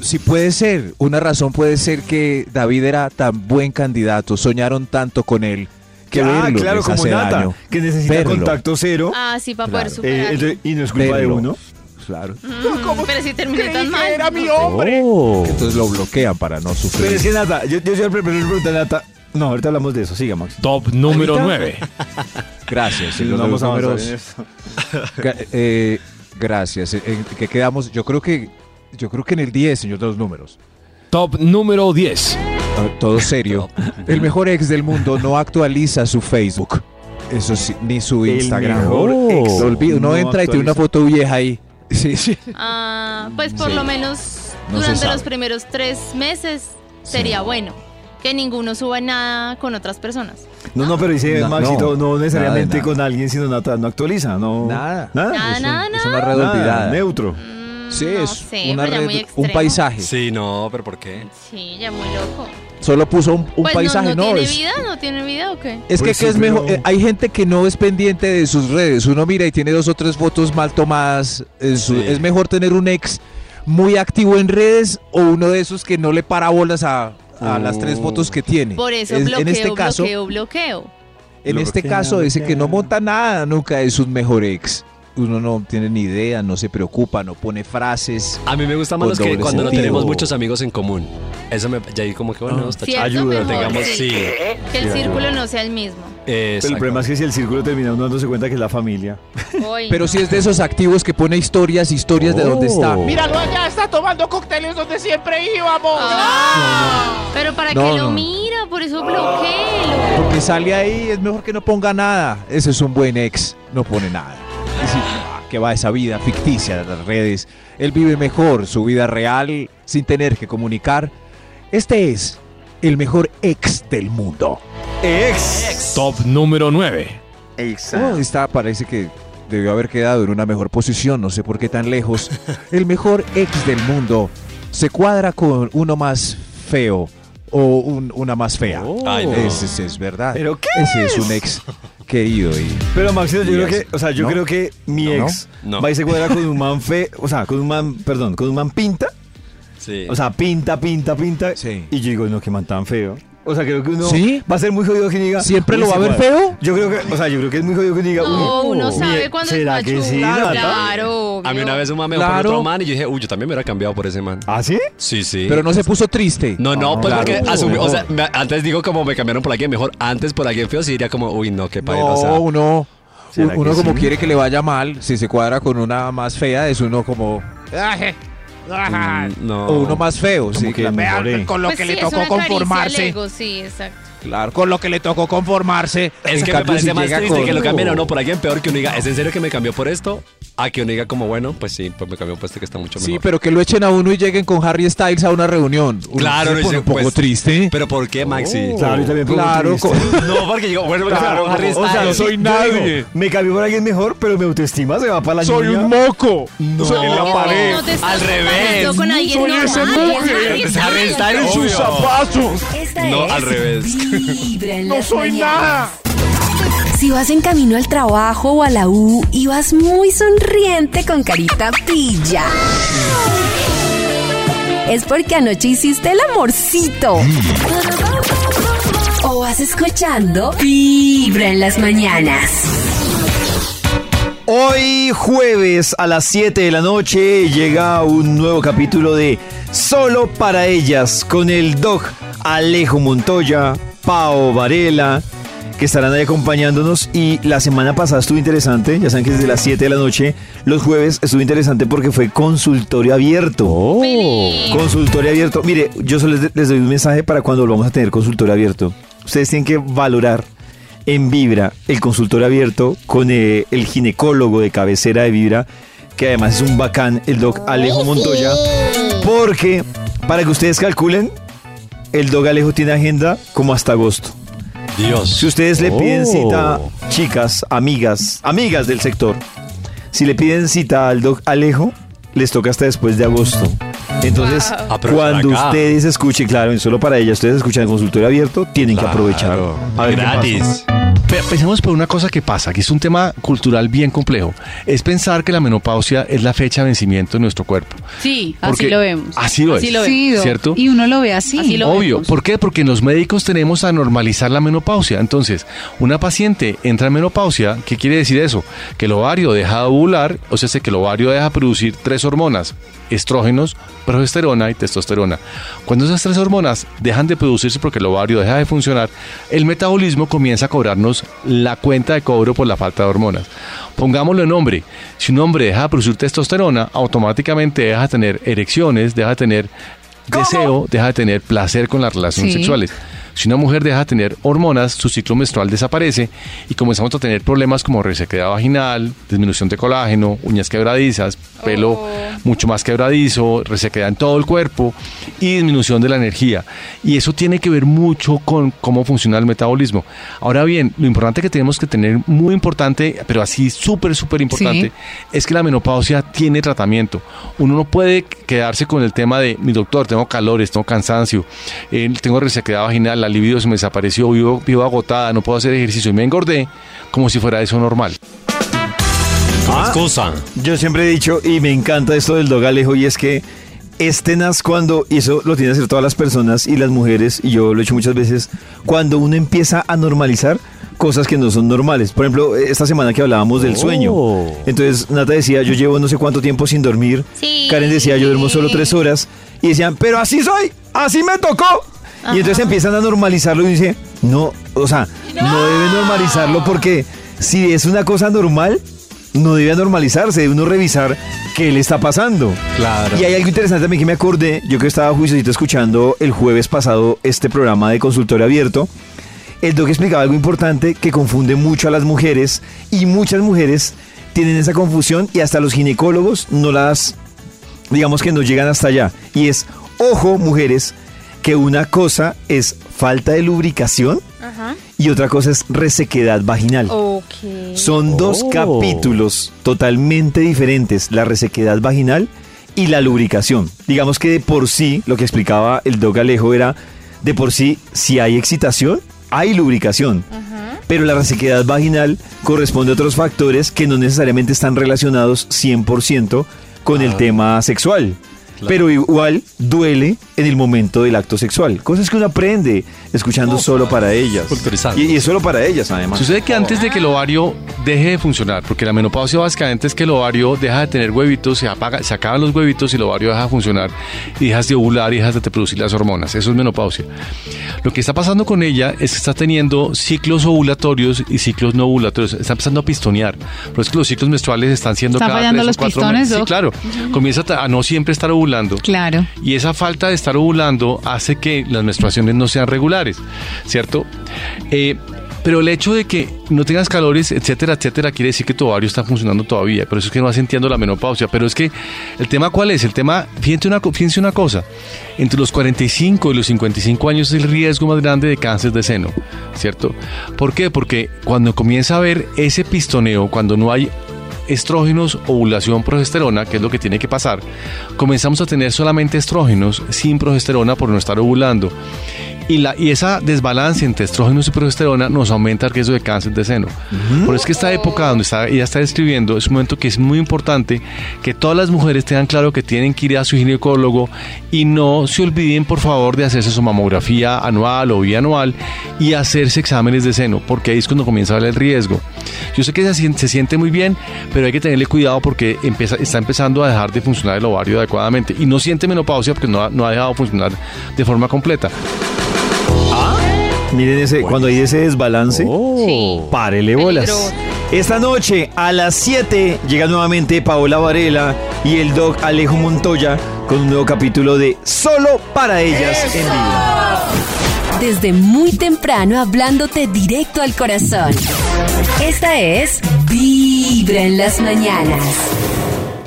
Speaker 1: si puede ser, una razón puede ser que David era tan buen candidato, soñaron tanto con él que
Speaker 2: ah,
Speaker 1: verlo
Speaker 2: claro,
Speaker 1: les
Speaker 2: como
Speaker 1: hace
Speaker 2: Nata,
Speaker 1: daño.
Speaker 2: que necesita
Speaker 1: Verlo.
Speaker 2: contacto cero.
Speaker 3: Ah, sí, para poder
Speaker 1: Claro.
Speaker 2: eh,
Speaker 3: superar.
Speaker 2: entonces- y no es culpa de
Speaker 1: Verlo.
Speaker 2: uno.
Speaker 1: Claro.
Speaker 3: Mm, pero si terminé tan mal.
Speaker 1: Entonces lo bloquean para no sufrir.
Speaker 2: Pero es que Nata, yo, yo siempre le pregunto a Nata. No, ahorita hablamos de eso, siga Max.
Speaker 8: Top número
Speaker 2: Ahorita-
Speaker 8: 9.
Speaker 1: Gracias,
Speaker 2: Si
Speaker 1: señor de los
Speaker 2: avanzar
Speaker 1: números.
Speaker 2: en esto.
Speaker 1: Ga- eh, gracias. Eh, ¿En qué quedamos? Yo creo que yo creo que en el 10, señor de los números.
Speaker 8: Top número 10.
Speaker 1: Ah, Todo serio. El mejor ex del mundo no actualiza su Facebook. Eso sí, ni su
Speaker 2: El
Speaker 1: Instagram.
Speaker 2: mejor ex
Speaker 1: Lo olvida. Uno
Speaker 2: no
Speaker 1: entra y tiene una
Speaker 2: actualiza.
Speaker 1: foto vieja ahí. Sí, sí.
Speaker 3: Ah, pues por lo menos
Speaker 1: Mm, No se
Speaker 3: durante
Speaker 1: sabe.
Speaker 3: los primeros tres meses sería bueno que ninguno suba nada con otras personas.
Speaker 2: No, no, pero dice
Speaker 1: No,
Speaker 2: Maxito, no,
Speaker 1: no, nada
Speaker 2: necesariamente
Speaker 1: de nada.
Speaker 2: con alguien, sino Nata, no actualiza, no.
Speaker 1: Nada.
Speaker 2: Nada.
Speaker 3: Nada,
Speaker 1: un-
Speaker 3: nada,
Speaker 1: es una
Speaker 3: nada.
Speaker 1: red
Speaker 2: Ah, Nada,
Speaker 1: olvidada.
Speaker 2: Neutro.
Speaker 3: Mm,
Speaker 1: Sí,
Speaker 3: no
Speaker 1: es
Speaker 3: sé,
Speaker 1: una
Speaker 3: pero ya
Speaker 1: red-
Speaker 3: muy
Speaker 1: un
Speaker 3: extremo.
Speaker 1: paisaje.
Speaker 4: Sí, no, pero ¿por qué?
Speaker 3: Sí, ya muy loco.
Speaker 1: Solo puso un, un
Speaker 3: pues
Speaker 1: paisaje,
Speaker 3: no,
Speaker 1: no,
Speaker 3: no, tiene
Speaker 1: es-
Speaker 3: vida, no tiene vida o qué.
Speaker 1: Es
Speaker 2: Pues
Speaker 1: que, ¿qué
Speaker 2: sí,
Speaker 1: es mejor.
Speaker 2: pero-
Speaker 1: Eh, hay gente que no es pendiente de sus redes. Uno mira y tiene dos o tres fotos mal tomadas. Es,
Speaker 4: Sí.
Speaker 1: es mejor tener un ex muy activo en redes o uno de esos que no le para bolas a, a las tres fotos
Speaker 4: Oh.
Speaker 1: que tiene.
Speaker 3: Por eso
Speaker 1: Es-
Speaker 3: bloqueo,
Speaker 1: en este caso,
Speaker 3: bloqueo, bloqueo.
Speaker 1: en este caso dice que no monta nada nunca es un mejor ex. Uno no tiene ni idea, no se preocupa, no pone frases.
Speaker 4: A mí me gusta más
Speaker 1: Con
Speaker 4: los
Speaker 2: Pues
Speaker 4: que
Speaker 1: doble
Speaker 4: cuando no
Speaker 1: sentido.
Speaker 4: tenemos muchos amigos en común. Eso me, ya ahí como que bueno, está
Speaker 3: Cierto,
Speaker 4: chévere.
Speaker 3: mejor,
Speaker 4: tengamos,
Speaker 3: sí.
Speaker 4: sí.
Speaker 3: Que el círculo no sea el mismo.
Speaker 2: Pero el problema es que si el círculo termina uno dándose cuenta que es la familia.
Speaker 3: Uy,
Speaker 1: Pero
Speaker 3: no.
Speaker 1: si es de esos activos que pone historias, historias
Speaker 2: Oh.
Speaker 1: de dónde está.
Speaker 6: Míralo allá, está tomando cócteles donde siempre íbamos.
Speaker 3: Ah, Pero para
Speaker 1: No,
Speaker 3: que lo
Speaker 1: no.
Speaker 3: mira, por eso bloqueo.
Speaker 1: Porque sale ahí, es mejor que no ponga nada. Ese es un buen ex, no pone nada. Es decir, ah, que va esa vida ficticia de las redes. Él vive mejor su vida real sin tener que comunicar. Este es el mejor ex del mundo.
Speaker 8: Top número 9.
Speaker 1: Oh, esta parece que debió haber quedado en una mejor posición, no sé por qué tan lejos. El mejor ex del mundo se cuadra con uno más feo o un- una más fea.
Speaker 4: Ay, no.
Speaker 1: Ese, ese es verdad.
Speaker 2: ¿Pero qué
Speaker 1: Ese es un ex querido y
Speaker 2: Pero Maxito, yo
Speaker 1: Y
Speaker 2: creo
Speaker 1: es-
Speaker 2: que, o sea, yo
Speaker 1: ¿no?
Speaker 2: creo que mi
Speaker 1: No,
Speaker 2: ex
Speaker 4: no, no.
Speaker 2: va y se cuadra con un man fe, o sea, con un man, perdón, con un man pinta,
Speaker 4: Sí.
Speaker 2: o sea, pinta, pinta, pinta,
Speaker 1: Sí.
Speaker 2: y yo digo, no, qué man tan feo. O sea, creo que uno
Speaker 1: ¿Sí?
Speaker 2: va a ser muy jodido que diga.
Speaker 1: ¿Siempre
Speaker 2: "Uy,
Speaker 1: lo
Speaker 2: se
Speaker 1: va a ver
Speaker 2: cuadra".
Speaker 1: feo?
Speaker 2: Yo creo que, o sea, yo creo que es muy jodido que diga.
Speaker 3: No,
Speaker 2: "Uy,
Speaker 3: uno
Speaker 2: mi
Speaker 3: sabe
Speaker 2: ex,
Speaker 3: cuando
Speaker 2: ¿Será
Speaker 3: es
Speaker 2: que sí?
Speaker 3: machuca?
Speaker 2: Nata?".
Speaker 3: Claro.
Speaker 4: a mí una
Speaker 3: obvio.
Speaker 4: vez un man me dejó
Speaker 1: Claro.
Speaker 4: por otro man y yo dije, uy, yo también me hubiera cambiado por ese man.
Speaker 2: ¿Ah, sí?
Speaker 4: Sí, sí.
Speaker 1: Pero no se puso triste.
Speaker 4: No, no, pues
Speaker 1: Ah, claro,
Speaker 4: porque
Speaker 1: no,
Speaker 4: asumí-
Speaker 1: no.
Speaker 4: o sea, me- antes digo como me cambiaron por alguien mejor, antes por alguien feo, sí diría como, uy, no, qué paila,
Speaker 1: No,
Speaker 4: o sea,
Speaker 1: uno,
Speaker 2: ¿Será
Speaker 1: uno
Speaker 2: que
Speaker 1: como
Speaker 2: sí?
Speaker 1: quiere que le vaya mal, si se cuadra con una más fea, es uno como...
Speaker 6: Ajá.
Speaker 4: mm, no.
Speaker 1: O uno más feo, sí.
Speaker 2: Como que eh.
Speaker 6: Vea,
Speaker 2: mejoré.
Speaker 6: con lo
Speaker 3: Pues
Speaker 6: que
Speaker 3: sí,
Speaker 6: le
Speaker 3: es una
Speaker 6: tocó
Speaker 3: caricia al
Speaker 6: conformarse.
Speaker 3: ego, sí, exacto.
Speaker 1: Claro, con lo que le tocó conformarse.
Speaker 4: Es
Speaker 1: En
Speaker 4: que me
Speaker 1: cambio,
Speaker 4: parece
Speaker 1: si
Speaker 4: más
Speaker 1: llega
Speaker 4: triste
Speaker 1: con-
Speaker 4: que lo cambien a uno por alguien peor que uno diga, ¿es en serio que me cambió por esto? A que uno diga como, bueno, pues sí, pues me cambió por este que está mucho mejor.
Speaker 1: Sí, pero que lo echen a uno y lleguen con Harry Styles a una reunión. Uno
Speaker 4: Claro, no,
Speaker 1: se pone
Speaker 4: dice,
Speaker 1: un poco
Speaker 4: pues,
Speaker 1: triste. Oh,
Speaker 4: ¿Pero por qué, Maxi?
Speaker 2: Claro, yo también pongo
Speaker 1: claro,
Speaker 2: triste.
Speaker 1: con-
Speaker 4: No, porque digo, bueno, me
Speaker 2: Claro,
Speaker 4: cambiaron Harry
Speaker 2: o sea,
Speaker 4: Styles.
Speaker 2: yo digo, me cambió por alguien mejor, pero mi autoestima se va para la
Speaker 6: Soy
Speaker 2: niña.
Speaker 6: un moco.
Speaker 4: No.
Speaker 6: Soy en la
Speaker 3: No,
Speaker 6: pared.
Speaker 3: no te estás
Speaker 4: Al revés.
Speaker 3: comparando Con alguien
Speaker 6: Soy
Speaker 3: normal,
Speaker 6: ese
Speaker 3: es
Speaker 6: monje.
Speaker 3: Harry
Speaker 4: Es Harry
Speaker 3: Styles.
Speaker 4: Styles.
Speaker 6: Sus
Speaker 4: Obvio.
Speaker 6: zapatos.
Speaker 5: Esta
Speaker 4: No,
Speaker 5: es
Speaker 4: al revés.
Speaker 5: Vibra en
Speaker 6: No
Speaker 5: las
Speaker 6: soy
Speaker 5: mañanas.
Speaker 6: nada.
Speaker 5: Si vas en camino al trabajo o a la U y vas muy sonriente con carita pilla. Es porque anoche hiciste el amorcito. O vas escuchando Vibra en las mañanas.
Speaker 2: Hoy jueves a las 7 de la noche llega un nuevo capítulo de Solo para ellas con el doc Alejo Montoya, Pao Varela, que estarán ahí acompañándonos y la semana pasada estuvo interesante, ya saben que desde las 7 de la noche los jueves estuvo interesante porque fue consultorio abierto.
Speaker 3: Oh. Feliz.
Speaker 2: Consultorio abierto. Mire, yo solo les, les doy un mensaje para cuando volvamos a tener consultorio abierto. Ustedes tienen que valorar en Vibra el consultorio abierto con eh, el ginecólogo de cabecera de Vibra, que además es un bacán, el doc Alejo Montoya. Porque, para que ustedes calculen, el doc Alejo tiene agenda como hasta agosto. Si
Speaker 4: Dios.
Speaker 2: ustedes le piden cita, chicas, amigas, amigas del sector, si le piden cita al doc Alejo, les toca hasta después de agosto. Entonces,
Speaker 4: Ah, pero
Speaker 2: cuando
Speaker 4: acá.
Speaker 2: ustedes escuchen, claro, y solo para ellas, ustedes escuchan el consultorio abierto, tienen que aprovechar. A ver qué
Speaker 4: Gratis.
Speaker 2: pasa.
Speaker 9: pe- pensemos por una cosa que pasa, que es un tema cultural bien complejo. Es pensar que la menopausia es la fecha de vencimiento de nuestro cuerpo.
Speaker 10: Sí,
Speaker 9: Porque
Speaker 10: así lo vemos.
Speaker 9: así lo es.
Speaker 10: vemos.
Speaker 9: Sí, ¿cierto?
Speaker 10: Y uno lo ve así.
Speaker 9: Obvio. ¿Por qué? Porque los médicos tenemos a normalizar la menopausia. Entonces, una paciente entra en menopausia, ¿qué quiere decir eso? Que el ovario deja de ovular, o sea, que el ovario deja producir tres hormonas, estrógenos, progesterona y testosterona. Cuando esas tres hormonas dejan de producirse porque el ovario deja de funcionar, el metabolismo comienza a cobrarnos la cuenta de cobro por la falta de hormonas. Pongámoslo en hombre. Si un hombre deja de producir testosterona, automáticamente deja de tener erecciones, deja de tener deseo deja de tener placer con las relaciones
Speaker 10: Sí.
Speaker 9: sexuales. Si una mujer deja de tener hormonas, su ciclo menstrual desaparece y comenzamos a tener problemas como resequedad vaginal, disminución de colágeno, uñas quebradizas, pelo mucho más quebradizo, resequedad en todo el cuerpo y disminución de la energía. Y eso tiene que ver mucho con cómo funciona el metabolismo. Ahora bien, lo importante que tenemos que tener, muy importante, pero así súper, súper importante, es que la menopausia tiene tratamiento. Uno no puede quedarse con el tema de, mi doctor, tengo calores, tengo cansancio, eh, tengo resequedad vaginal, la libido se me desapareció, vivo, vivo agotada, no puedo hacer ejercicio y me engordé, como si fuera eso normal.
Speaker 2: cosa. Yo siempre he dicho, y me encanta esto del dog Alejo, y es que es tenaz cuando, y eso lo tienen que hacer todas las personas y las mujeres, y yo lo he hecho muchas veces, cuando uno empieza a normalizar cosas que no son normales. Por ejemplo, esta semana que hablábamos del sueño.
Speaker 4: Oh.
Speaker 2: Entonces, Nata decía, yo llevo no sé cuánto tiempo sin dormir.
Speaker 3: Sí.
Speaker 2: Karen decía, yo duermo solo tres horas. Y decían, pero así soy, así me tocó. Y entonces empiezan a normalizarlo y dice, no, o sea, no, debe normalizarlo porque si es una cosa normal, no debe normalizarse, debe uno revisar qué le está pasando.
Speaker 9: Claro.
Speaker 2: Y hay algo interesante también que me acordé, yo que estaba juiciosito escuchando el jueves pasado este programa de consultorio abierto, el doc explicaba algo importante que confunde mucho a las mujeres y muchas mujeres tienen esa confusión y hasta los ginecólogos no las, digamos que no llegan hasta allá. Y es, ojo mujeres, que una cosa es falta de lubricación
Speaker 6: Ah.
Speaker 3: Ajá.
Speaker 2: y otra cosa es resequedad vaginal.
Speaker 6: Oh.
Speaker 3: Ok.
Speaker 2: Son
Speaker 9: Oh.
Speaker 2: dos capítulos totalmente diferentes, la resequedad vaginal y la lubricación. Digamos que de por sí, lo que explicaba el Doc Alejo era, de por sí, si hay excitación, hay lubricación. Pero la resequedad vaginal corresponde a otros factores que no necesariamente están relacionados 100% con
Speaker 9: Ah.
Speaker 2: el tema sexual. Pero igual duele en el momento del acto sexual. Cosas que uno aprende escuchando solo para ellas.
Speaker 9: Culturizando.
Speaker 2: Y, y es solo para ellas, además.
Speaker 9: Sucede que antes de que el ovario deje de funcionar, porque la menopausia básicamente es que el ovario deja de tener huevitos, se, apaga, se acaban los huevitos y el ovario deja de funcionar y dejas de ovular y dejas de producir las hormonas. Eso es menopausia. Lo que está pasando con ella es que está teniendo ciclos ovulatorios y ciclos no ovulatorios. Está empezando a pistonear. Pero es que los ciclos menstruales están siendo
Speaker 10: ¿Están
Speaker 9: cada tres
Speaker 10: fallando
Speaker 9: o
Speaker 10: los
Speaker 9: cuatro
Speaker 10: pistones,
Speaker 9: meses. Sí,
Speaker 10: Doc?
Speaker 9: claro. Comienza a no siempre estar ovulando.
Speaker 10: Claro.
Speaker 9: Y esa falta de estar ovulando hace que las menstruaciones no sean regulares, ¿cierto? Eh, pero el hecho de que no tengas calores, etcétera, etcétera, quiere decir que tu ovario está funcionando todavía. Por eso es que no vas sintiendo la menopausia. Pero es que el tema, ¿cuál es? El tema, fíjense una, co- fíjense una cosa: entre los 45 y los 55 años es el riesgo más grande de cáncer de seno, ¿cierto? ¿Por qué? Porque cuando comienza a haber ese pistoneo, cuando no hay estrógenos, ovulación, progesterona, que es lo que tiene que pasar, comenzamos a tener solamente estrógenos sin progesterona por no estar ovulando. Y, la, y esa desbalance entre estrógenos y progesterona nos aumenta el riesgo de cáncer de seno. Por eso es que esta época donde está, ella está describiendo es un momento que es muy importante que todas las mujeres tengan claro que tienen que ir a su ginecólogo y no se olviden, por favor, de hacerse su mamografía anual o bianual y hacerse exámenes de seno, porque ahí es cuando comienza a ver el riesgo. Yo sé que se, sien- se siente muy bien, pero hay que tenerle cuidado porque empieza- está empezando a dejar de funcionar el ovario adecuadamente y no siente menopausia porque no ha, no ha dejado de funcionar de forma completa.
Speaker 2: Miren ese, cuando hay ese desbalance,
Speaker 3: Sí.
Speaker 2: párele bolas.
Speaker 3: Peligroso.
Speaker 2: Esta noche a las 7 llega nuevamente Paola Varela y el doc Alejo Montoya con un nuevo capítulo de Solo para ellas en vivo.
Speaker 5: Desde muy temprano hablándote directo al corazón. Esta es Vibra en las mañanas.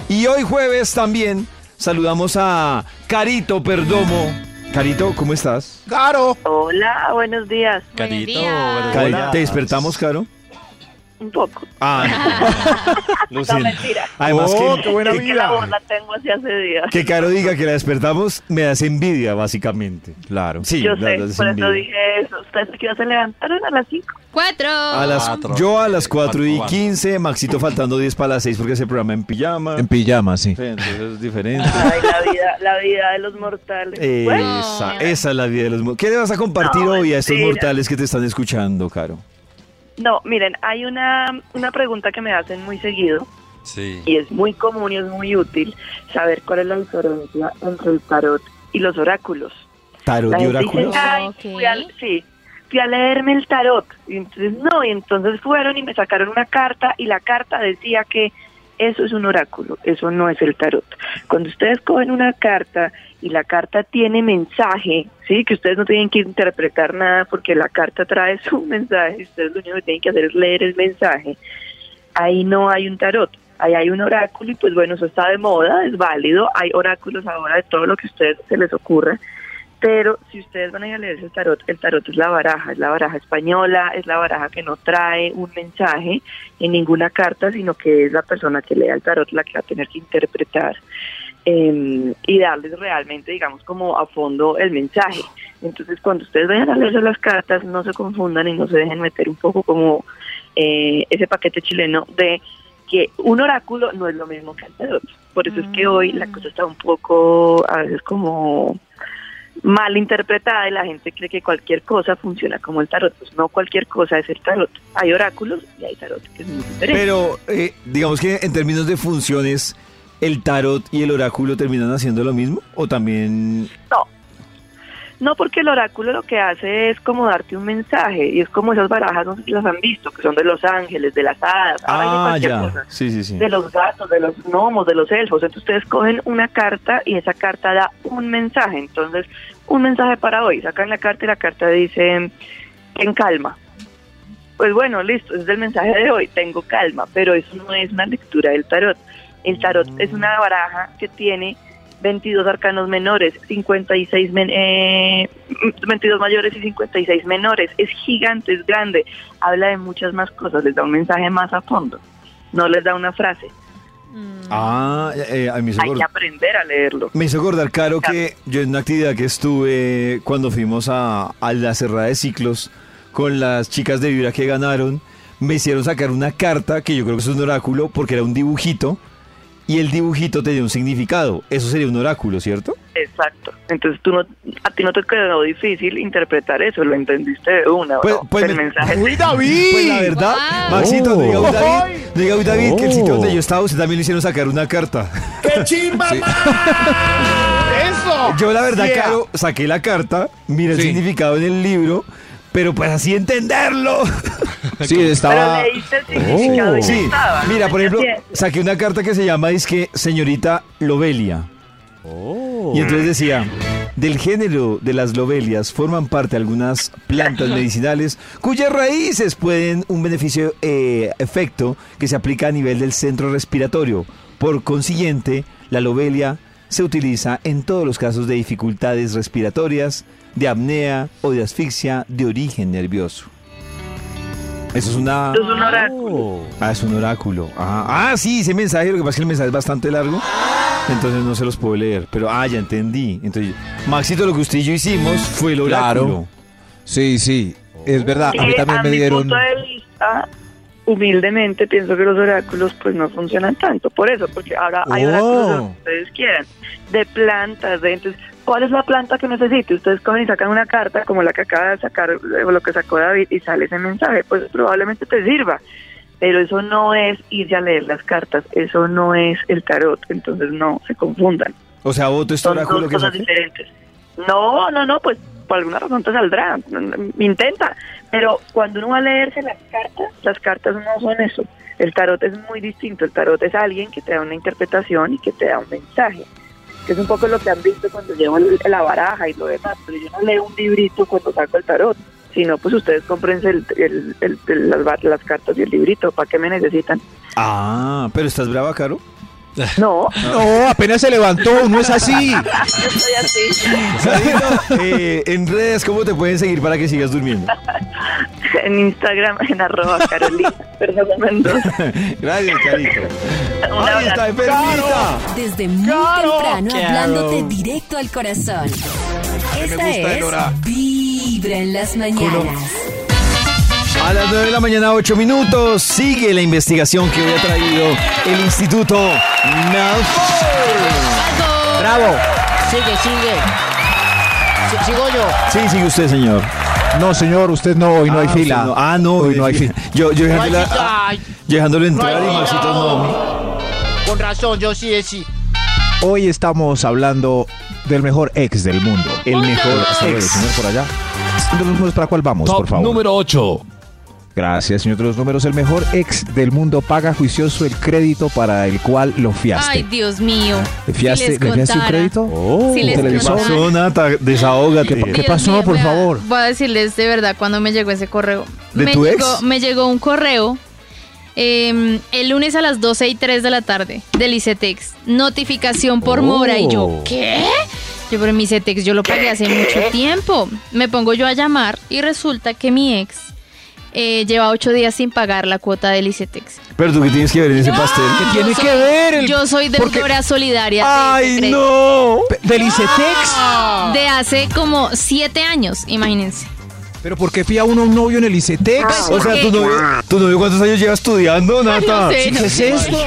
Speaker 2: Y hoy jueves también saludamos a Carito Perdomo. Carito, ¿cómo estás?
Speaker 6: Caro.
Speaker 11: Hola, buenos días.
Speaker 3: Buenos días.
Speaker 2: Cari- ¿Te despertamos, Caro?
Speaker 10: un poco.
Speaker 2: Ah, no. Lo
Speaker 10: No,
Speaker 2: siento.
Speaker 10: mentira.
Speaker 2: Además
Speaker 6: Oh,
Speaker 2: que,
Speaker 6: qué buena
Speaker 10: Es que la
Speaker 6: vida.
Speaker 10: voz la tengo así hace días.
Speaker 2: que Caro diga que la despertamos me hace envidia, básicamente.
Speaker 1: Claro.
Speaker 2: Sí,
Speaker 10: Yo
Speaker 2: la-
Speaker 10: sé,
Speaker 2: la- la
Speaker 10: por eso
Speaker 2: envidia.
Speaker 10: dije eso. ¿Ustedes qué hora se levantaron a las 5?
Speaker 3: Cuatro.
Speaker 2: A las,
Speaker 4: Cuatro.
Speaker 2: yo a las 4 y
Speaker 4: Cuatro.
Speaker 2: 15, Maxito faltando 10 para las 6 porque ese programa en pijama.
Speaker 1: En pijama, sí.
Speaker 2: Sí, entonces es diferente.
Speaker 10: Ay, la vida, la vida de los mortales. Bueno,
Speaker 2: Esa, esa es la vida de los mortales. ¿Qué le vas a compartir
Speaker 10: No,
Speaker 2: hoy a estos
Speaker 10: mentira.
Speaker 2: mortales que te están escuchando, Caro?
Speaker 10: no, miren, hay una, una pregunta que me hacen muy seguido
Speaker 4: Sí.
Speaker 10: y es muy común y es muy útil saber cuál es la diferencia entre el tarot y los oráculos.
Speaker 2: Tarot
Speaker 10: La
Speaker 2: y
Speaker 10: gente
Speaker 2: oráculos.
Speaker 10: dice, Ay,
Speaker 3: Ok.
Speaker 10: fui a- sí, fui a leerme el tarot. Y entonces, no, y entonces fueron y me sacaron una carta y la carta decía que eso es un oráculo, eso no es el tarot. Cuando ustedes cogen una carta y la carta tiene mensaje, sí, que ustedes no tienen que interpretar nada porque la carta trae su mensaje, y ustedes lo único que tienen que hacer es leer el mensaje. Ahí no hay un tarot. Ahí hay un oráculo y pues bueno, eso está de moda, es válido. Hay oráculos ahora de todo lo que a ustedes se les ocurra. Pero si ustedes van a ir a leer el tarot, el tarot es la baraja, es la baraja española, es la baraja que no trae un mensaje en ninguna carta, sino que es la persona que lea el tarot la que va a tener que interpretar eh, y darles realmente, digamos, como a fondo el mensaje. Entonces, cuando ustedes vayan a leer las cartas, no se confundan y no se dejen meter un poco como eh, ese paquete chileno de que un oráculo no es lo mismo que el tarot. Por eso es que hoy la cosa está un poco, a veces como mal interpretada y la gente cree que cualquier cosa funciona como el tarot. Pues no cualquier cosa es el tarot. Hay oráculos y hay tarot que es muy diferente.
Speaker 2: Pero eh, digamos que en términos de funciones, el tarot y el oráculo terminan haciendo lo mismo o también
Speaker 10: No. No, porque el oráculo lo que hace es como darte un mensaje y es como esas barajas, no sé si las han visto, que son de los ángeles, de las hadas, ahora hay de
Speaker 2: Ah,
Speaker 10: cualquier
Speaker 2: ya.
Speaker 10: cosa.
Speaker 2: Sí, sí, sí.
Speaker 10: de los gatos, de los gnomos, de los elfos. Entonces ustedes cogen una carta y esa carta da un mensaje. Entonces, un mensaje para hoy. Sacan la carta y la carta dice, ten calma. Pues bueno, listo, ese es el mensaje de hoy, tengo calma, pero eso no es una lectura del tarot. El tarot es una baraja que tiene 22 arcanos menores, 56 men- eh, 22 mayores y 56 menores. Es gigante, es grande, habla de muchas más cosas, les da un mensaje más a fondo no les da una frase.
Speaker 2: Ah, eh, a mí me hizo
Speaker 10: Hay que
Speaker 2: acordar-
Speaker 10: aprender a leerlo.
Speaker 2: Me hizo acordar, Caro, que yo en una actividad que estuve cuando fuimos a, a la cerrada de ciclos con las chicas de Vibra que ganaron, me hicieron sacar una carta que yo creo que es un oráculo porque era un dibujito y el dibujito tenía un significado. Eso sería un oráculo, ¿cierto?
Speaker 10: Exacto. Entonces tú no, a ti no te quedó difícil interpretar eso, lo entendiste de una.
Speaker 2: Pues-
Speaker 10: ¿no?
Speaker 2: pues
Speaker 10: el
Speaker 2: me-
Speaker 10: mensaje.
Speaker 6: ¡Uy, David!
Speaker 2: Pues la verdad,
Speaker 3: Wow.
Speaker 2: Maxito, no diga uy, David, no diga, uy, David, que el sitio
Speaker 1: Oh.
Speaker 2: donde yo estaba, usted también le hicieron sacar una carta.
Speaker 6: ¡Qué chimba más! ¡Eso!
Speaker 2: Yo la verdad,
Speaker 6: Oh, Yeah.
Speaker 2: Caro, saqué la carta, miré el
Speaker 1: Sí.
Speaker 2: significado en el libro, pero pues así entenderlo.
Speaker 1: Sí, estaba. Oh.
Speaker 10: Pero leíste el significado y
Speaker 2: Oh. Sí,
Speaker 10: estaba, ¿no?
Speaker 2: mira, por ejemplo,
Speaker 10: Así es.
Speaker 2: saqué una carta que se llama Disque Señorita Lobelia.
Speaker 1: Oh.
Speaker 2: Y entonces decía, del género de las lobelias forman parte algunas plantas medicinales cuyas raíces pueden un beneficio eh, efecto que se aplica a nivel del centro respiratorio. Por consiguiente, la lobelia se utiliza en todos los casos de dificultades respiratorias, de apnea o de asfixia de origen nervioso. Eso es una...
Speaker 10: Eso es un oráculo.
Speaker 2: Ah, es un oráculo. Ah, ah, sí, ese mensaje. Lo que pasa es que el mensaje es bastante largo. Entonces no se los puedo leer. Pero, ah, ya entendí. Entonces, Maxito, lo que usted y yo hicimos fue el oráculo.
Speaker 1: Claro. Sí, sí. Es verdad. A mí
Speaker 10: Que
Speaker 1: también
Speaker 10: a
Speaker 1: me
Speaker 10: mi
Speaker 1: dieron.
Speaker 10: punto de vista, humildemente pienso que los oráculos pues no funcionan tanto. Por eso, porque ahora hay
Speaker 1: Oh.
Speaker 10: oráculos de lo que ustedes quieran, de plantas, de entonces, ¿cuál es la planta que necesite? Ustedes cogen y sacan una carta como la que acaba de sacar, o lo que sacó David, y sale ese mensaje, pues probablemente te sirva. Pero eso no es irse a leer las cartas, eso no es el tarot, entonces no se confundan.
Speaker 2: O sea, voto este
Speaker 10: Son
Speaker 2: oráculo
Speaker 10: dos
Speaker 2: que
Speaker 10: cosas
Speaker 2: saqué.
Speaker 10: diferentes. No, no, no, pues por alguna razón te saldrá. Intenta. Pero cuando uno va a leerse las cartas, las cartas no son eso. El tarot es muy distinto. El tarot es alguien que te da una interpretación y que te da un mensaje. Que es un poco lo que han visto cuando llevo el- la baraja y lo demás. Pero yo no leo un librito cuando saco el tarot. sino pues ustedes comprense las, ba- las cartas y el librito. ¿Para qué me necesitan?
Speaker 2: Ah, pero ¿estás brava, Caro?
Speaker 10: No,
Speaker 1: No, apenas se levantó. No es así.
Speaker 10: yo estoy así.
Speaker 2: Eh, en redes, ¿cómo te pueden seguir para que sigas durmiendo?
Speaker 10: en Instagram en arroba Carolina Perdomo Mendoza.
Speaker 2: Gracias, Carito.
Speaker 10: Un
Speaker 2: Ahí
Speaker 10: abrazo.
Speaker 2: está, enfermita.
Speaker 5: Desde muy
Speaker 10: Claro.
Speaker 5: temprano
Speaker 10: Claro.
Speaker 5: hablándote directo al corazón. Esta
Speaker 2: gusta,
Speaker 5: es
Speaker 2: Elora.
Speaker 5: Vibra en las mañanas.
Speaker 2: A las 9 de la mañana, 8 minutos, sigue la investigación que hoy ha traído el Instituto Nafo.
Speaker 11: Bravo. Sigue, sigue. Si- sigo yo.
Speaker 2: Sí, sigue usted, señor.
Speaker 6: No, señor, usted no, hoy no hay
Speaker 2: usted
Speaker 6: fila.
Speaker 2: no. Ah, no,
Speaker 6: hoy no hay fila.
Speaker 2: Yo, yo Ah,
Speaker 11: No hay
Speaker 2: dejándola-
Speaker 11: fila. Ay.
Speaker 2: dejándolo entrar
Speaker 11: No
Speaker 2: y
Speaker 11: hay
Speaker 2: Maxito no.
Speaker 11: Con razón, yo sí, eh, sí.
Speaker 1: Hoy estamos hablando del mejor ex del mundo.
Speaker 2: El mejor
Speaker 1: Hasta luego,
Speaker 2: ex.
Speaker 1: señor, por allá. Señor de los números, ¿Para cuál vamos,
Speaker 8: Top
Speaker 1: por favor?
Speaker 8: número 8.
Speaker 1: Gracias, señor de los números. El mejor ex del mundo paga juicioso el crédito para el cual lo fiaste.
Speaker 3: Ay, Dios mío.
Speaker 1: ¿Le fiaste,
Speaker 3: Si les
Speaker 1: ¿le fiaste un
Speaker 3: contara.
Speaker 1: crédito?
Speaker 6: Oh,
Speaker 3: Si les
Speaker 1: televisor?
Speaker 3: contara.
Speaker 2: Pasó, Nata,
Speaker 1: ¿Qué,
Speaker 2: desahógate.
Speaker 1: pa- qué
Speaker 3: Dios
Speaker 1: pasó,
Speaker 3: mío,
Speaker 1: por
Speaker 3: voy a-
Speaker 1: favor?
Speaker 3: Voy a decirles de verdad cuando me llegó ese correo.
Speaker 2: ¿De
Speaker 3: me
Speaker 2: tu
Speaker 3: llegó,
Speaker 2: ex?
Speaker 3: Me llegó un correo eh, el lunes a las 12 y 3 de la tarde del ICETEX. Notificación por
Speaker 1: Oh.
Speaker 3: mora. Y yo, ¿qué? Yo, pero mi ICETEX yo lo pagué hace mucho tiempo. Me pongo yo a llamar y resulta que mi ex eh, lleva ocho días sin pagar la cuota del ICETEX.
Speaker 2: Pero tú qué tienes que ver en ese pastel.
Speaker 3: Yo soy- Yo soy deudora solidaria. de ese
Speaker 2: ¡Ay,
Speaker 3: crédito.
Speaker 2: no!
Speaker 1: ¿Del ICETEX?
Speaker 3: De hace como siete años, imagínense.
Speaker 1: ¿Pero por qué fía uno a un novio en el ICETEX?
Speaker 2: O sea,
Speaker 3: porque-
Speaker 2: ¿tu novio, tu novio cuántos años lleva estudiando, Nata?
Speaker 3: No sé, no
Speaker 1: ¿Qué es
Speaker 3: sé.
Speaker 1: esto?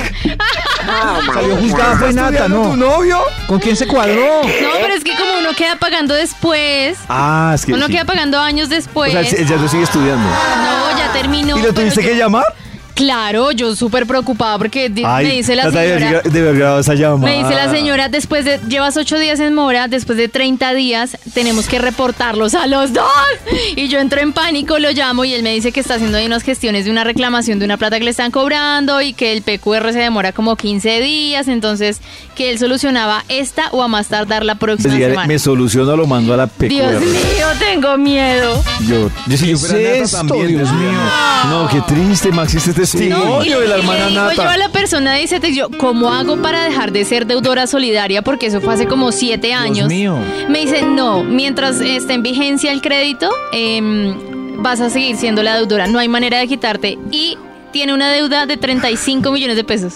Speaker 3: Ah,
Speaker 1: Salió juzgada, fue Nata,
Speaker 2: ¿Estudiando
Speaker 1: ¿no?
Speaker 2: tu novio?
Speaker 1: ¿Con quién se cuadró?
Speaker 3: No, pero es que como uno queda pagando después,
Speaker 2: Ah, es que.
Speaker 3: ¿Eh? uno
Speaker 2: sí.
Speaker 3: queda pagando años
Speaker 2: O
Speaker 3: después.
Speaker 2: sea, él ya lo sigue estudiando.
Speaker 3: no, ya terminó.
Speaker 2: ¿Y lo
Speaker 3: pero
Speaker 2: tuviste
Speaker 3: yo-
Speaker 2: que llamar?
Speaker 3: Claro, yo súper preocupada porque di- me dice la
Speaker 2: Natalia,
Speaker 3: señora.
Speaker 2: De verdad vas a llamar.
Speaker 3: Me dice la señora, después de, llevas ocho días en mora, después de 30 días, tenemos que reportarlos a los dos. Y yo entro en pánico, lo llamo y él me dice que está haciendo ahí unas gestiones de una reclamación de una plata que le están cobrando y que el PQR se demora como 15 días, entonces que él solucionaba esta o a más tardar la próxima
Speaker 2: Pues dígale,
Speaker 3: semana.
Speaker 2: me soluciono, lo mando a la PQR.
Speaker 3: Dios mío, tengo miedo.
Speaker 2: Yo, yo si yo fuera
Speaker 1: ¿Qué es
Speaker 2: Nata
Speaker 1: esto,
Speaker 2: también,
Speaker 1: Dios mío?
Speaker 2: No, qué triste, Max, este testimonio
Speaker 3: y-
Speaker 2: de la
Speaker 3: y le
Speaker 2: hermana
Speaker 3: digo yo a
Speaker 2: Nata.
Speaker 3: la persona de ICETEX, yo, ¿cómo hago para dejar de ser deudora solidaria? Porque eso fue hace como siete años.
Speaker 1: mío.
Speaker 3: Me dice, no, mientras esté en vigencia el crédito, em, vas a seguir siendo la deudora. No hay manera de quitarte. Y tiene una deuda de 35 millones de pesos.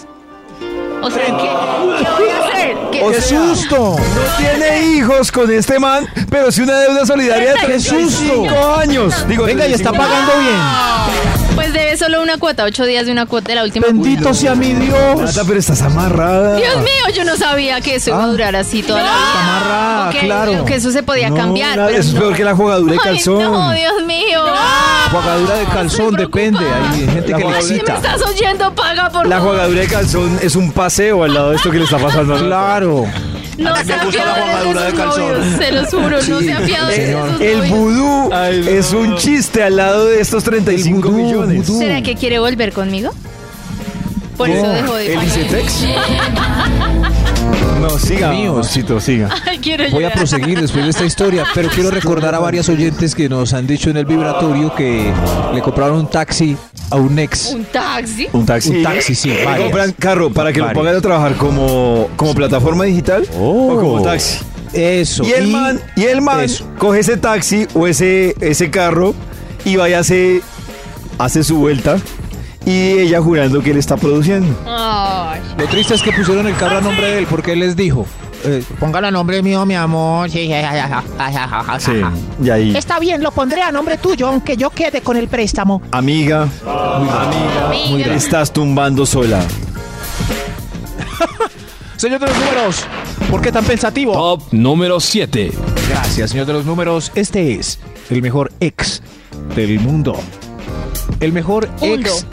Speaker 3: O sea, ¿qué, qué voy a hacer? ¿Qué-
Speaker 2: O
Speaker 1: ¡Qué
Speaker 2: sea,
Speaker 1: susto!
Speaker 2: No tiene hijos con este man, pero sí una deuda solidaria de
Speaker 3: ¡Qué
Speaker 2: 35
Speaker 3: susto!
Speaker 2: años. Digo,
Speaker 1: Venga, y está
Speaker 2: 35.
Speaker 1: pagando bien.
Speaker 3: Pues debe solo una cuota, ocho días de una cuota de la última.
Speaker 1: Bendito sea mi Dios.
Speaker 2: Nata, pero estás amarrada.
Speaker 3: Dios mío, yo no sabía que eso iba a durar así toda la vida.
Speaker 1: Ah. amarrada,
Speaker 3: Ok,
Speaker 1: claro.
Speaker 3: Que eso se podía
Speaker 2: No,
Speaker 3: cambiar.
Speaker 2: Nata,
Speaker 3: pero
Speaker 2: eso es
Speaker 3: no.
Speaker 2: peor que la jugadura de
Speaker 3: Ay,
Speaker 2: calzón.
Speaker 3: no, Dios mío.
Speaker 1: Jugadura de calzón,
Speaker 3: Estoy
Speaker 1: depende.
Speaker 3: preocupada.
Speaker 1: Hay gente que le
Speaker 3: Si me
Speaker 1: excita.
Speaker 3: estás oyendo, paga por
Speaker 2: La
Speaker 3: favor.
Speaker 2: jugadura de calzón es un paseo al lado de esto que le está pasando.
Speaker 1: Claro.
Speaker 3: No se
Speaker 2: gusta la
Speaker 3: apiaden
Speaker 2: jugadura
Speaker 3: de
Speaker 2: de
Speaker 3: sus
Speaker 2: calzón.
Speaker 3: novios, se los juro, no se apiaden de
Speaker 1: señor.
Speaker 3: sus
Speaker 2: El
Speaker 3: novios.
Speaker 2: vudú es un chiste al lado de estos 35
Speaker 1: vudú,
Speaker 2: millones.
Speaker 1: vudú.
Speaker 3: ¿Será que quiere volver conmigo? Por eso dejo de
Speaker 2: ¿El
Speaker 3: pagar.
Speaker 2: Icetex? No, siga,
Speaker 1: Mío.
Speaker 2: Maxito, siga.
Speaker 3: Ay, quiero
Speaker 1: Voy a
Speaker 3: llorar.
Speaker 1: proseguir después de esta historia, pero quiero recordar a varias oyentes que nos han dicho en el vibratorio que le compraron un taxi a un ex.
Speaker 3: ¿Un taxi?
Speaker 2: Un taxi.
Speaker 1: Un taxi, sí,
Speaker 2: Le
Speaker 1: varias.
Speaker 2: Eh, compran carro para que lo
Speaker 1: Varias.
Speaker 2: pongan a trabajar como, como plataforma digital o como taxi.
Speaker 1: Oh. Eso.
Speaker 2: Y el man, y el man
Speaker 1: Eso.
Speaker 2: coge ese taxi o ese, ese carro y vaya hace, hace su vuelta y ella jurando que él está produciendo.
Speaker 3: Ay.
Speaker 1: Lo triste es que pusieron el carro a nombre de él porque él les dijo. eh,
Speaker 11: Póngalo a nombre mío, mi amor. Sí, ja, ja, ja, ja, ja, ja, ja,
Speaker 2: Sí.
Speaker 11: ja.
Speaker 2: Y ahí,
Speaker 11: Está bien, lo pondré a nombre tuyo, aunque yo quede con el préstamo.
Speaker 2: amiga,
Speaker 3: Amiga.
Speaker 2: te estás tumbando sola.
Speaker 6: Señor de los números, ¿por qué tan pensativo?
Speaker 8: Top número 7.
Speaker 1: Gracias, señor de los números. Este es el mejor ex del mundo. El mejor ex.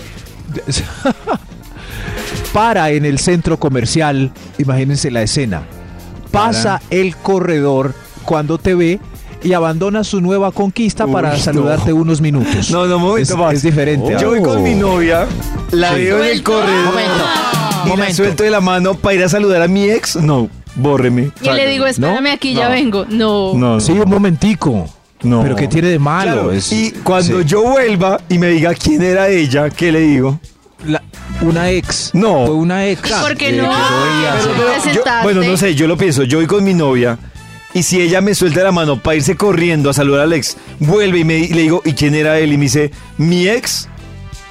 Speaker 1: Para en el centro comercial, imagínense la escena. Pasa el corredor cuando te ve y abandona su nueva conquista
Speaker 2: Uy,
Speaker 1: para
Speaker 2: no.
Speaker 1: saludarte unos minutos.
Speaker 2: No, no, un momento
Speaker 1: Es-
Speaker 2: más.
Speaker 1: Es diferente. ¿ah? Oh.
Speaker 2: Yo voy con mi novia, la
Speaker 1: Sí.
Speaker 2: veo en el
Speaker 3: Suelto.
Speaker 2: corredor.
Speaker 3: Momento,
Speaker 2: y la
Speaker 6: momento.
Speaker 2: suelto de la mano para ir a saludar a mi ex. No, bórreme.
Speaker 3: Y le digo, espérame aquí, ya vengo. No.
Speaker 2: No,
Speaker 1: Sí, un momentico.
Speaker 2: No.
Speaker 1: Pero ¿qué tiene de malo?
Speaker 2: Claro,
Speaker 1: Es-
Speaker 2: y cuando
Speaker 1: sí.
Speaker 2: yo vuelva y me diga quién era ella, ¿qué le digo?
Speaker 1: La- una ex.
Speaker 2: No.
Speaker 1: Fue una ex.
Speaker 3: ¿Y por qué
Speaker 1: Eh, que
Speaker 3: no?
Speaker 1: yo veía,
Speaker 3: Pero
Speaker 1: sí.
Speaker 3: no-
Speaker 2: Yo-
Speaker 3: presentaste.
Speaker 2: bueno, no sé, yo lo pienso. Yo voy con mi novia Y si ella me suelta la mano para irse corriendo a saludar al ex, vuelve y, me, y le digo, ¿y quién era él? Y me dice, ¿mi ex?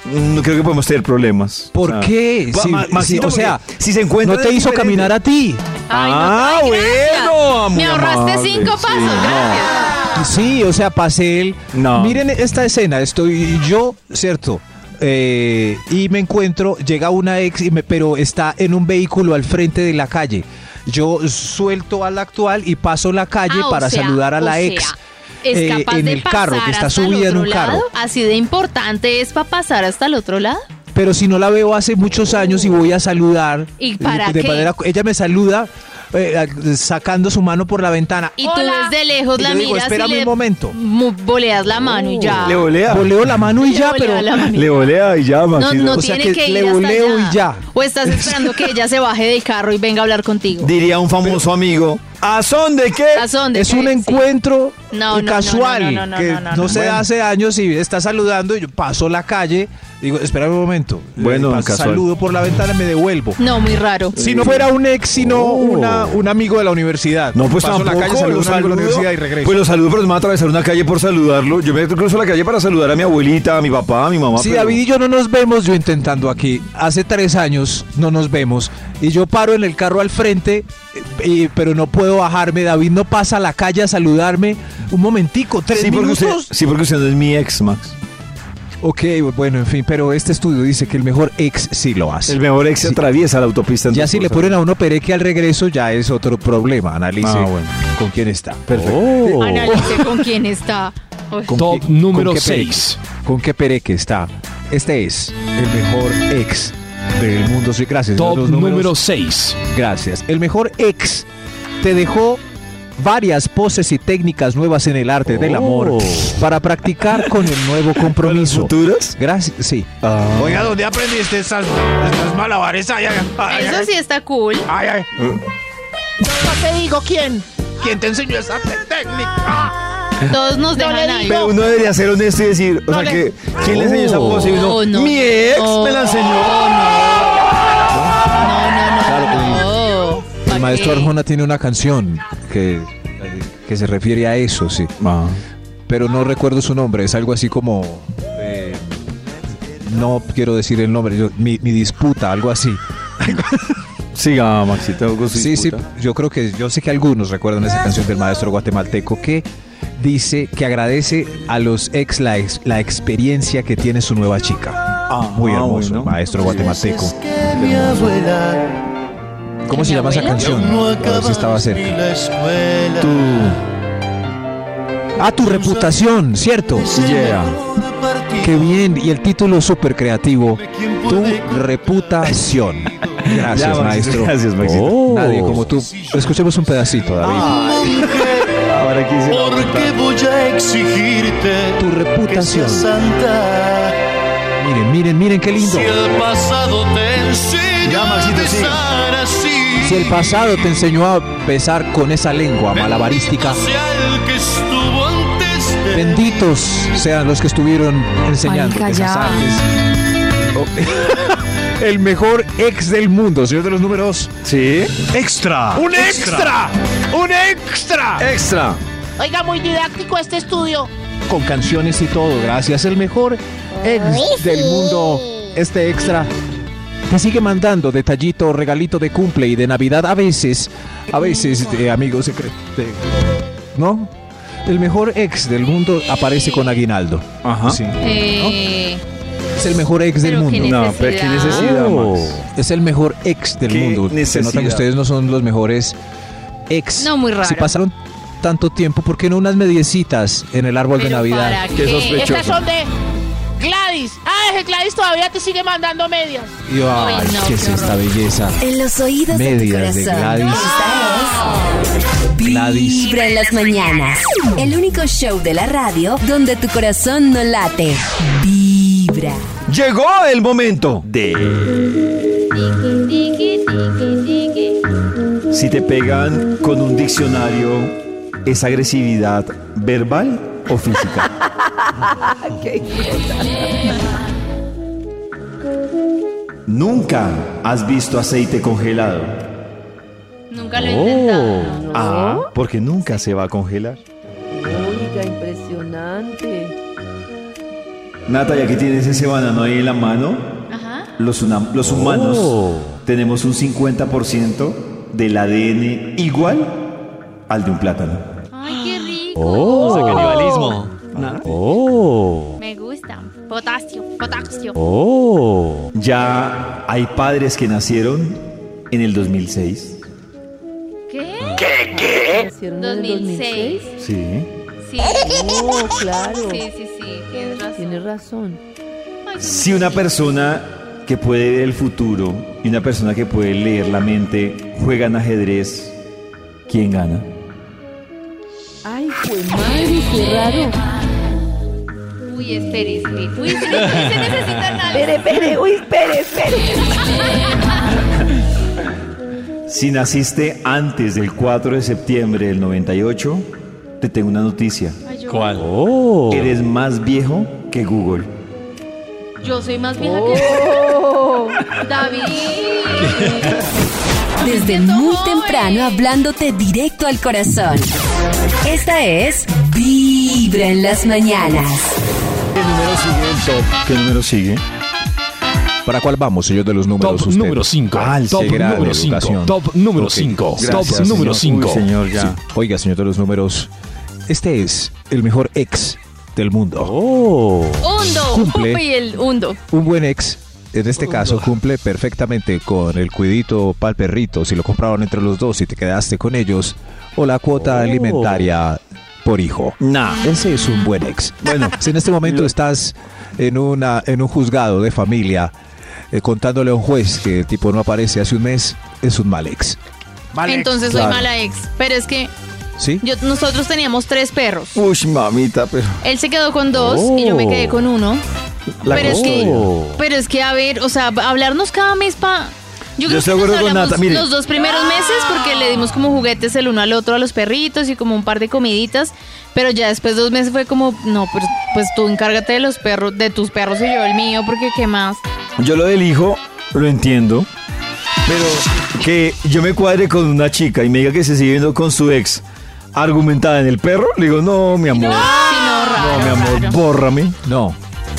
Speaker 2: Mm, No creo que podemos tener problemas.
Speaker 1: ¿Por
Speaker 2: O sea,
Speaker 1: qué?
Speaker 2: pa-
Speaker 1: Si-
Speaker 2: Ma-
Speaker 1: si-
Speaker 2: Maxito,
Speaker 1: o sea,
Speaker 2: porque si se encuentra.
Speaker 1: no te hizo caminar a ti.
Speaker 2: ah, bueno.
Speaker 3: Me
Speaker 2: muy
Speaker 3: ahorraste
Speaker 2: amable.
Speaker 3: cinco pasos, gracias.
Speaker 1: Sí, o sea, pasé el...
Speaker 2: No.
Speaker 1: Miren esta escena, estoy yo, ¿cierto? Eh, y me encuentro, llega una ex, y me- pero está en un vehículo al frente de la calle. Yo suelto a la actual y paso la calle
Speaker 3: Ah, o
Speaker 1: para
Speaker 3: sea,
Speaker 1: saludar a
Speaker 3: o
Speaker 1: la
Speaker 3: sea,
Speaker 1: ex.
Speaker 3: Es
Speaker 1: eh,
Speaker 3: capaz
Speaker 1: en
Speaker 3: de
Speaker 1: el carro,
Speaker 3: pasar
Speaker 1: que está
Speaker 3: hasta el
Speaker 1: subida en
Speaker 3: otro
Speaker 1: un carro.
Speaker 3: lado. Así de importante es para pasar hasta el otro lado.
Speaker 1: Pero si no la veo hace muchos años y voy a saludar.
Speaker 3: ¿Y para
Speaker 1: de
Speaker 3: qué?
Speaker 1: manera- ella me saluda eh, sacando su mano por la ventana.
Speaker 3: Y tú desde lejos
Speaker 1: Y
Speaker 3: la
Speaker 1: yo digo,
Speaker 3: miras y
Speaker 1: espérame
Speaker 3: le
Speaker 1: un momento.
Speaker 3: mu- voleas la mano y ya.
Speaker 2: Le volea.
Speaker 1: Voleo la mano y
Speaker 3: Le
Speaker 1: ya,
Speaker 3: volea
Speaker 1: pero.
Speaker 3: la mano.
Speaker 2: Le volea y ya,
Speaker 3: No,
Speaker 2: Maxito.
Speaker 3: no
Speaker 1: O sea
Speaker 3: tiene
Speaker 1: que
Speaker 3: que, ir
Speaker 1: le
Speaker 3: hasta
Speaker 1: voleo
Speaker 3: allá.
Speaker 1: y ya.
Speaker 3: O estás esperando que ella se baje del carro y venga a hablar contigo.
Speaker 2: Diría un famoso amigo, ¿a son de qué?
Speaker 3: ¿A dónde?
Speaker 1: Es un
Speaker 3: Sí.
Speaker 1: encuentro
Speaker 3: No, no, no,
Speaker 1: casual
Speaker 3: no, no, no,
Speaker 1: que
Speaker 3: no,
Speaker 1: no,
Speaker 3: no, no.
Speaker 1: se da
Speaker 2: Bueno.
Speaker 1: hace años y está saludando y yo paso la calle, digo, espérame un momento.
Speaker 2: Bueno,
Speaker 1: Eh, paso,
Speaker 2: casual.
Speaker 1: saludo por la ventana y me devuelvo.
Speaker 3: No, muy raro.
Speaker 1: Si no fuera un ex, sino una- un amigo de la universidad.
Speaker 2: No, pues
Speaker 1: paso
Speaker 2: tampoco.
Speaker 1: la calle, saludo a un amigo de la universidad y regreso.
Speaker 2: Pues lo saludo, pero no me va a atravesar una calle por saludarlo. Yo me cruzo la calle para saludar a mi abuelita, a mi papá, a mi mamá.
Speaker 1: si
Speaker 2: pero-
Speaker 1: David y yo no nos vemos, yo intentando aquí, hace tres años no nos vemos, y yo paro en el carro al frente, eh, y- pero no puedo bajarme, David no pasa a la calle a saludarme, un momentico, tres
Speaker 2: Sí porque,
Speaker 1: minutos.
Speaker 2: usted, sí, porque usted no es mi ex, Max.
Speaker 1: Ok, bueno, en fin, pero este estudio dice que el mejor ex sí lo hace.
Speaker 2: El mejor ex
Speaker 1: Sí.
Speaker 2: atraviesa la
Speaker 1: Ya
Speaker 2: autopista. entonces,
Speaker 1: si le
Speaker 2: por
Speaker 1: ponen a uno pereque al regreso, ya es otro problema. Analice
Speaker 2: Ah, bueno. Oh.
Speaker 1: con quién está.
Speaker 2: Perfecto.
Speaker 3: Analice con quién está. Uy.
Speaker 1: ¿Con
Speaker 8: Top
Speaker 1: qué-
Speaker 8: número
Speaker 1: con qué pereque-
Speaker 8: 6.
Speaker 1: ¿Con qué pereque está? Este es el mejor ex del mundo. Sí, gracias.
Speaker 8: Top
Speaker 1: Los números-
Speaker 8: número 6.
Speaker 1: Gracias. El mejor ex te dejó varias poses y técnicas nuevas en el arte del amor
Speaker 8: Oh.
Speaker 1: para practicar con el nuevo compromiso.
Speaker 2: ¿Futuras?
Speaker 1: Gracias. Sí.
Speaker 8: Ah.
Speaker 6: Oiga, ¿dónde aprendiste esas, esas malabares? Ay, ay, ay,
Speaker 3: Eso
Speaker 6: ay,
Speaker 3: sí está cool.
Speaker 6: ay, ay.
Speaker 11: No te digo quién.
Speaker 6: ¿Quién te enseñó esa te- técnica?
Speaker 3: Todos nos dejan ahí.
Speaker 2: Pero uno debería ser honesto y decir, o sea,
Speaker 11: le-
Speaker 2: que, ¿quién le enseñó esa
Speaker 1: Oh.
Speaker 2: pose? Y uno,
Speaker 3: Oh, No, no.
Speaker 2: mi ex
Speaker 3: No.
Speaker 2: me la enseñó.
Speaker 3: No, ¿pa'
Speaker 1: El maestro
Speaker 3: qué?
Speaker 1: Arjona tiene una canción que, eh, que se refiere a eso, sí.
Speaker 2: Ah.
Speaker 1: Pero no recuerdo su nombre, es algo así como... eh, no quiero decir el nombre, yo- mi, mi disputa, algo así.
Speaker 2: Siga, Maxito. con su
Speaker 1: Sí, sí,
Speaker 2: disputa.
Speaker 1: yo creo que, yo sé que algunos recuerdan esa canción del maestro guatemalteco que dice que agradece a los ex la, ex- la experiencia que tiene su nueva chica. Muy
Speaker 2: ah,
Speaker 1: hermoso,
Speaker 2: bueno.
Speaker 1: maestro guatemalteco. ¿Cómo se
Speaker 3: ¿Mi
Speaker 1: llama esa
Speaker 3: abuela?
Speaker 1: canción? A ver si estaba cerca.
Speaker 2: Tú.
Speaker 1: Ah, tu reputación, ¿cierto?
Speaker 2: Yeah.
Speaker 1: Qué bien, y el título súper creativo, tu reputación. Gracias,
Speaker 2: Ya, Maxito,
Speaker 1: maestro.
Speaker 2: gracias, Maxito.
Speaker 1: Oh. Nadie como tú. Escuchemos un pedacito, David.
Speaker 2: Ahora quise.
Speaker 12: voy a exigirte
Speaker 1: Tu reputación.
Speaker 12: santa?
Speaker 1: Miren, miren, miren qué lindo.
Speaker 12: pasado te enseñó
Speaker 2: Ya, Maxito, sigue.
Speaker 12: así.
Speaker 1: Si el pasado te enseñó a pesar con esa lengua malabarística,
Speaker 12: sea el que estuvo antes de
Speaker 1: benditos sean los que estuvieron enseñando
Speaker 3: Marica,
Speaker 1: esas
Speaker 3: ya.
Speaker 1: artes. Oh. El mejor ex del mundo, señor de los números.
Speaker 2: Sí.
Speaker 1: Extra.
Speaker 6: ¡Un extra! ¡Un extra!
Speaker 2: Extra.
Speaker 11: Oiga, muy didáctico este estudio.
Speaker 1: con canciones y todo. Gracias, el mejor ex del mundo. Este extra te sigue mandando detallito, regalito de cumple y de Navidad a veces, a veces de amigos secretos, ¿no? El mejor ex del mundo aparece con aguinaldo.
Speaker 2: Ajá.
Speaker 1: Sí.
Speaker 3: Eh,
Speaker 1: Es el mejor ex del
Speaker 3: Pero qué
Speaker 1: mundo. Oh.
Speaker 3: necesidad.
Speaker 2: No, pero qué necesidad, Max.
Speaker 1: Es el mejor ex del
Speaker 2: Qué
Speaker 1: mundo. Se nota
Speaker 2: necesidad.
Speaker 1: que ustedes no son los mejores ex.
Speaker 3: No, muy raro.
Speaker 1: Si pasaron tanto tiempo, ¿por qué no unas mediecitas en el árbol de
Speaker 3: pero
Speaker 1: Navidad?
Speaker 3: ¿para
Speaker 2: Qué sospechoso.
Speaker 11: Estas son de Gladys. Ah, ese Gladys todavía te sigue mandando medias.
Speaker 1: Y, ay,
Speaker 3: Ay, no,
Speaker 1: ¿qué
Speaker 3: qué
Speaker 1: es
Speaker 3: horror.
Speaker 1: esta belleza?
Speaker 5: En los oídos
Speaker 1: Medias
Speaker 5: de
Speaker 1: de
Speaker 5: tu corazón.
Speaker 1: Gladys.
Speaker 5: Esta es
Speaker 1: Gladys.
Speaker 5: Vibra en las mañanas. El único show de la radio donde tu corazón no late. Vibra.
Speaker 2: Llegó el momento de. Si te pegan con un diccionario, ¿es agresividad verbal o física?
Speaker 3: Ah,
Speaker 2: Nunca has visto aceite congelado.
Speaker 3: Nunca lo he intentado.
Speaker 2: Ah, porque nunca se va a congelar.
Speaker 13: Oiga, impresionante.
Speaker 2: Nata, ya que tienes ese banano ahí en la mano, los, unam- los humanos
Speaker 3: Oh.
Speaker 2: tenemos un 50% del ADN igual al de un plátano.
Speaker 3: Ay, qué rico.
Speaker 2: Oh. O sea,
Speaker 4: canibalismo.
Speaker 2: Oh.
Speaker 3: Me gusta. Potasio, potasio.
Speaker 2: Oh. Ya hay padres que nacieron en el 2006.
Speaker 3: ¿Qué?
Speaker 13: ¿Qué? ¿Qué? ¿Nacieron en el
Speaker 3: 2006.
Speaker 2: Sí.
Speaker 3: Sí.
Speaker 13: Oh, claro.
Speaker 3: Sí, sí, sí. Tienes razón.
Speaker 13: Tiene razón.
Speaker 2: Si una persona que puede ver el futuro y una persona que puede leer la mente juegan ajedrez, ¿quién gana?
Speaker 13: Ay, fue madre, qué raro.
Speaker 3: Uy, espere, espere. Uy, espere, espere, se necesita análisis.
Speaker 13: Espere, espere, uy, espere, espere.
Speaker 2: Si naciste antes del 4 de septiembre del 98, te tengo una noticia. Oh.
Speaker 4: ¿Cuál?
Speaker 2: Eres más viejo que Google.
Speaker 3: Yo soy más vieja
Speaker 13: Oh.
Speaker 3: que David.
Speaker 5: Desde muy temprano hablándote directo al corazón. Esta es Vibra en las mañanas.
Speaker 2: ¿Qué número sigue el top? ¿Qué número sigue?
Speaker 1: ¿Para cuál vamos, señor de los números?
Speaker 8: Top
Speaker 1: usted?
Speaker 8: número cinco.
Speaker 1: Ah, el
Speaker 8: Top
Speaker 1: que graba
Speaker 8: número
Speaker 1: de
Speaker 8: cinco.
Speaker 1: educación.
Speaker 8: Top número
Speaker 1: Ok,
Speaker 8: cinco.
Speaker 1: gracias,
Speaker 8: Top número
Speaker 1: señor. Uy,
Speaker 8: cinco.
Speaker 1: señor, ya.
Speaker 8: Sí.
Speaker 1: Oiga, señor de los números, este es el mejor ex del mundo.
Speaker 3: Hundo.
Speaker 1: Cumple.
Speaker 3: Uy, el hundo.
Speaker 1: Un buen ex, en este caso, cumple perfectamente con el cuidito pal perrito, si lo compraban entre los dos y te quedaste con ellos, o la cuota alimentaria por hijo.
Speaker 2: Oh. Nah.
Speaker 1: Ese es un buen ex. Bueno, si en este momento estás en, una, en un juzgado de familia eh, contándole a un juez que el tipo no aparece hace un mes, es un mal ex.
Speaker 3: Entonces soy
Speaker 1: Claro.
Speaker 3: mala ex. Pero es que
Speaker 1: ¿Sí?
Speaker 3: yo- nosotros teníamos tres perros.
Speaker 2: Uy, mamita, pero...
Speaker 3: Él se quedó con dos y yo me quedé
Speaker 1: Oh.
Speaker 3: con uno.
Speaker 2: La
Speaker 3: pero es que,
Speaker 2: custodia.
Speaker 3: pero es que a ver, o sea, hablarnos cada mes pa. Yo, creo
Speaker 2: estoy
Speaker 3: que
Speaker 2: de acuerdo
Speaker 3: nos
Speaker 2: con
Speaker 3: hablamos
Speaker 2: Nata, mire.
Speaker 3: los dos primeros meses porque le dimos como juguetes el uno al otro a los perritos y como un par de comiditas, pero ya después de dos meses fue como, no, pues, pues tú encárgate de los perros, de tus perros y yo el mío, porque qué más.
Speaker 2: Yo lo del hijo lo entiendo, pero que yo me cuadre con una chica y me diga que se sigue viendo con su ex argumentada en el perro, le digo, no, mi amor, no, mi amor, bórrame.
Speaker 1: No.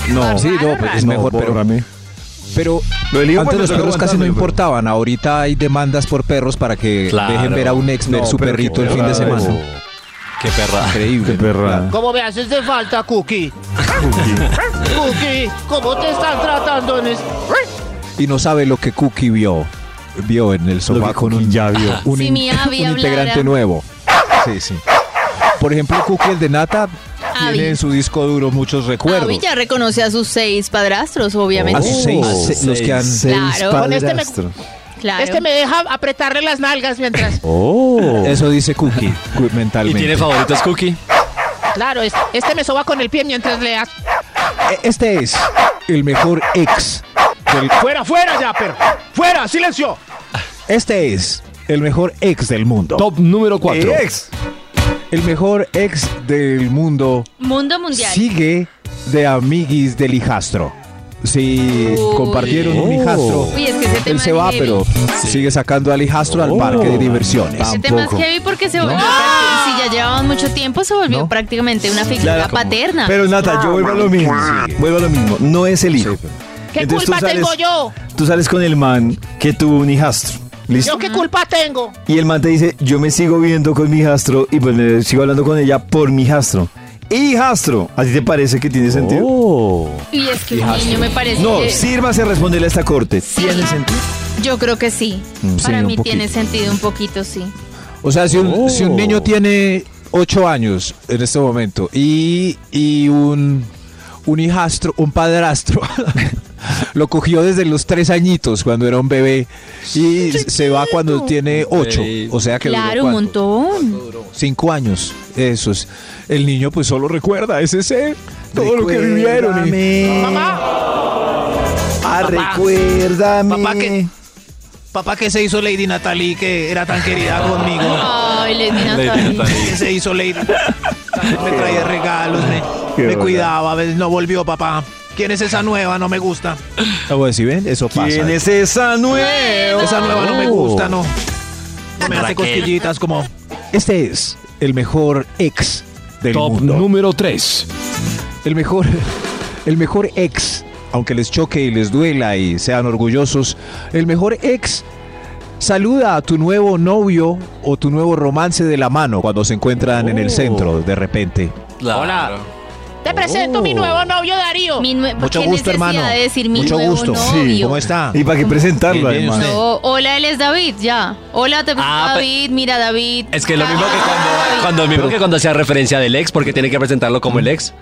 Speaker 2: No,
Speaker 1: Sí, no, pues es
Speaker 2: No,
Speaker 1: mejor, pero-
Speaker 2: bórrame.
Speaker 1: Pero
Speaker 2: Lo del hijo,
Speaker 1: antes
Speaker 2: pues,
Speaker 1: los
Speaker 2: lo
Speaker 1: perros
Speaker 2: estoy
Speaker 1: casi no
Speaker 2: aguantando,
Speaker 1: importaban. Ahorita hay demandas por perros para que
Speaker 4: Claro.
Speaker 1: dejen ver a un ex ver
Speaker 2: No,
Speaker 1: su
Speaker 2: pero qué
Speaker 1: perrito el fin de
Speaker 2: perra
Speaker 1: semana.
Speaker 2: eso.
Speaker 4: Qué perra.
Speaker 1: Increíble.
Speaker 2: perra.
Speaker 11: ¿Cómo me haces de falta, Cookie? Cookie, ¿cómo te están tratando en este?
Speaker 1: Y no sabe lo que Cookie vio. Vio en el sofá con un, un,
Speaker 3: Si
Speaker 1: in-
Speaker 3: mi Abby
Speaker 1: un
Speaker 3: hablara.
Speaker 1: integrante nuevo. Sí, sí. Por ejemplo, Cookie, el de Nata,
Speaker 3: Abby.
Speaker 1: tiene en su disco duro muchos recuerdos.
Speaker 3: Abby ya reconoce a sus seis padrastros,
Speaker 1: A
Speaker 3: obviamente.
Speaker 1: sus Oh, seis, se- los que han...
Speaker 3: Claro.
Speaker 11: Con este me-
Speaker 3: Claro.
Speaker 11: Este me deja apretarle las nalgas mientras.
Speaker 1: Eso dice Cookie cu-
Speaker 4: ¿Y
Speaker 1: mentalmente.
Speaker 4: tiene favoritos, Cookie?
Speaker 11: Claro, es- este me soba con el pie mientras le das.
Speaker 1: E- Este es el mejor ex del
Speaker 6: Fuera, fuera ya, perro. Fuera, silencio.
Speaker 1: Este es el mejor ex del mundo. Top número 4. El mejor ex del mundo
Speaker 3: Mundo mundial.
Speaker 1: sigue de amiguis del hijastro. Si
Speaker 3: Uy.
Speaker 1: compartieron un
Speaker 3: Oh.
Speaker 1: hijastro,
Speaker 3: Uy, es que ese tema
Speaker 1: él se
Speaker 3: es
Speaker 1: va,
Speaker 3: heavy.
Speaker 1: pero sigue sacando al hijastro al parque de diversiones.
Speaker 3: Ese tema es heavy porque se volvió, prácti- si ya llevaban mucho tiempo, se volvió prácticamente una figura
Speaker 2: Claro, como-
Speaker 3: paterna.
Speaker 2: Pero Nata, yo vuelvo a lo mismo. Vuelvo a lo mismo. No es el hijo.
Speaker 11: ¿Qué
Speaker 2: Entonces tú
Speaker 11: culpa
Speaker 2: sales-
Speaker 11: tengo yo?
Speaker 2: Tú sales con el man que tuvo un hijastro. ¿Listo?
Speaker 11: ¿Yo qué culpa tengo?
Speaker 2: Y el man te dice, yo me sigo viendo con mi hijastro y pues me sigo hablando con ella por mi hijastro. Hijastro, ¿a ti te parece que tiene sentido? Oh.
Speaker 3: Y es que un niño me parece
Speaker 2: No,
Speaker 3: que-
Speaker 2: sírvase a responderle a esta corte. ¿Tiene sentido?
Speaker 3: Yo creo que sí.
Speaker 1: Mm, sí,
Speaker 3: Para
Speaker 1: un
Speaker 3: mí
Speaker 1: poquito.
Speaker 3: tiene sentido un poquito, sí.
Speaker 1: O sea, si un, si un niño tiene 8 años en este momento y, y un, un hijastro, un padrastro, lo cogió desde los 3 añitos cuando era un bebé y se va cuando tiene 8. O sea que
Speaker 3: Claro, un montón.
Speaker 1: 5 años. Eso es. El niño pues solo recuerda ese ser, todo lo que vivieron. y-
Speaker 2: Ah, recuérdame.
Speaker 6: Papá que, papá que se hizo Lady Natalie que era tan querida conmigo.
Speaker 3: Ay, Lady
Speaker 6: Lady
Speaker 3: Natalie.
Speaker 6: Natalie. Que se hizo Lady. Me traía regalos, me,
Speaker 1: Qué
Speaker 6: me
Speaker 1: verdad.
Speaker 6: cuidaba, a veces no volvió papá. ¿Quién es esa nueva? No me gusta.
Speaker 1: Ah, bueno, si ven, eso pasa.
Speaker 2: ¿Quién es esa nueva?
Speaker 1: Oh.
Speaker 6: Esa nueva no me gusta, no. Me hace
Speaker 1: Raquel.
Speaker 6: cosquillitas como...
Speaker 1: Este es el mejor ex del
Speaker 8: Top
Speaker 1: mundo.
Speaker 8: número 3.
Speaker 1: El mejor, el mejor ex, aunque les choque y les duela y sean orgullosos, el mejor ex saluda a tu nuevo novio o tu nuevo romance de la mano cuando se encuentran en
Speaker 4: Oh.
Speaker 1: el centro de repente.
Speaker 4: Hola.
Speaker 11: Te presento mi nuevo novio Darío.
Speaker 1: Oh. Mucho gusto, hermano.
Speaker 3: de decir mi
Speaker 1: Mucho
Speaker 3: nuevo
Speaker 1: gusto.
Speaker 3: novio?
Speaker 1: ¿Cómo está?
Speaker 2: ¿Y para qué presentarlo,
Speaker 1: Bien, bien,
Speaker 2: además?
Speaker 1: usted.
Speaker 3: No, hola, él es David, ya. Hola, te presento
Speaker 4: Ah, pe-
Speaker 3: David, mira David.
Speaker 4: Es que lo mismo que cuando, cuando, mismo que cuando sea referencia del ex, porque tiene que presentarlo como el ex.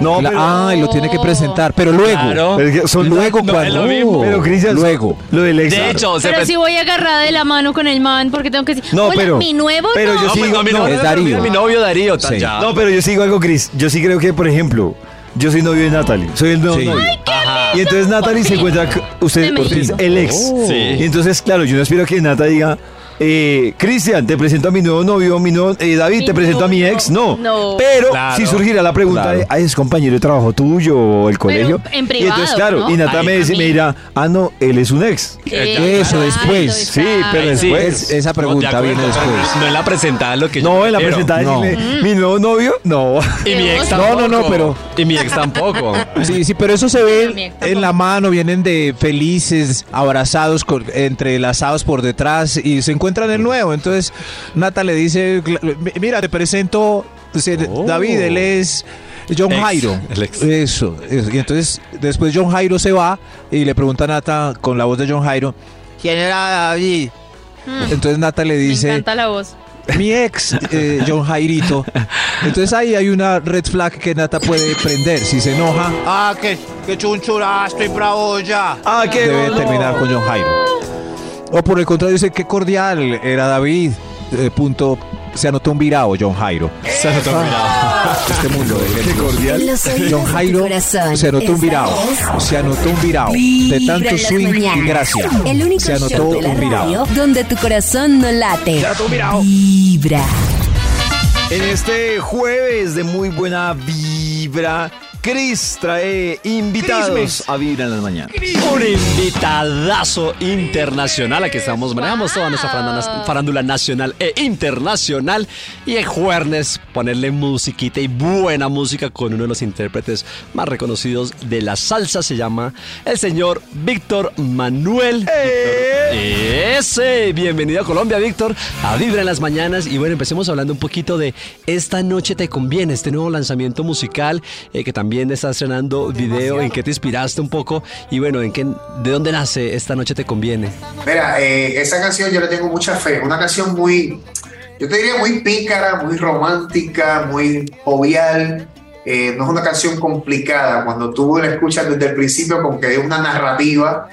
Speaker 2: No,
Speaker 1: La-
Speaker 2: pero-
Speaker 1: ah, y lo tiene que presentar, pero luego.
Speaker 4: Claro.
Speaker 2: Pero es que son-
Speaker 1: Luego
Speaker 4: No, es
Speaker 1: cuando.
Speaker 4: lo mismo.
Speaker 2: Pero, Cristian,
Speaker 1: luego.
Speaker 2: Lo del ex.
Speaker 4: De hecho, se
Speaker 3: Pero
Speaker 4: pre-
Speaker 3: si voy agarrada de la mano con el man, porque tengo que decir,
Speaker 2: No,
Speaker 3: hola,
Speaker 2: pero-
Speaker 3: mi nuevo
Speaker 2: pero yo
Speaker 3: novio.
Speaker 4: No,
Speaker 2: sí
Speaker 4: pues,
Speaker 2: digo-
Speaker 4: no, mi
Speaker 2: no,
Speaker 4: novio
Speaker 1: es Darío.
Speaker 4: Mi novio Darío, tan
Speaker 1: Sí.
Speaker 4: ya.
Speaker 2: No, pero yo sigo algo, Chris. Yo sí creo que, por ejemplo, yo soy novio de Natalie. Soy el nuevo
Speaker 1: Sí.
Speaker 2: novio.
Speaker 4: Ajá.
Speaker 2: Y entonces Natalie se
Speaker 3: fin.
Speaker 2: encuentra c- usted,
Speaker 3: Se me
Speaker 2: usted es
Speaker 3: hizo.
Speaker 2: el ex.
Speaker 4: Sí.
Speaker 2: Y entonces, claro, yo no espero que Nata diga, eh, Cristian, te presento a mi nuevo novio, mi nuevo, eh, David,
Speaker 3: Mi
Speaker 2: te presento a mi
Speaker 3: novio.
Speaker 2: ex. No.
Speaker 3: No.
Speaker 2: Pero
Speaker 4: Claro.
Speaker 2: si surgiera la pregunta
Speaker 1: Claro.
Speaker 2: de, ay, es compañero de trabajo tuyo o el colegio. y
Speaker 3: en
Speaker 2: entonces,
Speaker 3: privado,
Speaker 2: claro,
Speaker 3: ¿no?
Speaker 2: y Nata
Speaker 3: Ay,
Speaker 2: me, dice,
Speaker 3: a
Speaker 2: me
Speaker 3: mí.
Speaker 2: dirá, ah, no, él es un ex.
Speaker 1: Eso después.
Speaker 2: Sí, pero
Speaker 4: Ahí sí.
Speaker 1: después, esa pregunta
Speaker 4: de acuerdo,
Speaker 1: viene
Speaker 4: pero
Speaker 1: después.
Speaker 4: No es la presentada lo que yo Mm.
Speaker 2: No, en la
Speaker 4: prefiero.
Speaker 2: presentada
Speaker 1: No.
Speaker 2: decirle, mi nuevo novio, no.
Speaker 4: Y mi ex
Speaker 3: No,
Speaker 4: tampoco.
Speaker 1: no, no, pero-
Speaker 4: Y mi ex tampoco.
Speaker 1: Sí, sí, pero eso se ve
Speaker 3: También, tampoco.
Speaker 1: en la mano, vienen de felices, abrazados, con- entrelazados por detrás y se encuentran el nuevo. Entonces, Nata le dice, cl- "Mi- mira, te presento, pues, el- David, él es John
Speaker 4: Oh. Ex,
Speaker 1: Jairo.
Speaker 4: el ex.
Speaker 1: Eso, eso. Y entonces, después John Jairo se va y le pregunta a Nata con la voz de John Jairo.
Speaker 11: ¿Quién era David?
Speaker 1: Entonces Nata le
Speaker 3: Hmm, Me
Speaker 1: dice,
Speaker 3: encanta la voz.
Speaker 1: mi ex, eh, John Jairito. Entonces ahí hay una red flag que Nata puede prender. Si se enoja,
Speaker 11: Ah, que, que chunchura, estoy bravo ya.
Speaker 2: Ah, qué
Speaker 1: debe
Speaker 2: dolor.
Speaker 1: terminar con John Jairo. O por el contrario, dice que cordial era David. eh, punto. Se anotó un virao, John Jairo.
Speaker 4: Se ha
Speaker 1: Este mundo de ejemplos.
Speaker 5: Los oídos
Speaker 1: John
Speaker 5: de tu
Speaker 1: Jairo
Speaker 5: corazón.
Speaker 1: se anotó un
Speaker 5: Esta
Speaker 1: virao.
Speaker 5: es
Speaker 1: Se anotó un virao.
Speaker 5: Vibra
Speaker 1: De
Speaker 5: en
Speaker 1: tanto
Speaker 5: las
Speaker 1: swing y
Speaker 5: mañanas.
Speaker 1: gracia.
Speaker 5: El único
Speaker 1: Se anotó
Speaker 5: show de la
Speaker 1: un virao.
Speaker 5: radio donde tu corazón no late. Vibra.
Speaker 2: En este jueves de muy buena vibra, Chris trae invitados a Vibra en las mañanas.
Speaker 4: Un invitadazo internacional. Aquí estamos, manejamos toda nuestra farándula- farándula nacional e internacional. Y en jueves ponerle musiquita y buena música con uno de los intérpretes más reconocidos de la salsa. Se llama el señor Víctor Manuel. Ese, bienvenido a Colombia, Víctor, a Vibra en las Mañanas. Y bueno, empecemos hablando un poquito de Esta Noche Te Conviene, este nuevo lanzamiento musical eh, que también está estrenando video, en qué te inspiraste un poco y bueno, en qué, de dónde nace Esta Noche Te Conviene.
Speaker 14: Mira, eh, esa canción yo le tengo mucha fe. Una canción muy, yo te diría muy pícara, muy romántica, muy jovial. Eh, no es una canción complicada. Cuando tú la escuchas desde el principio, con que es una narrativa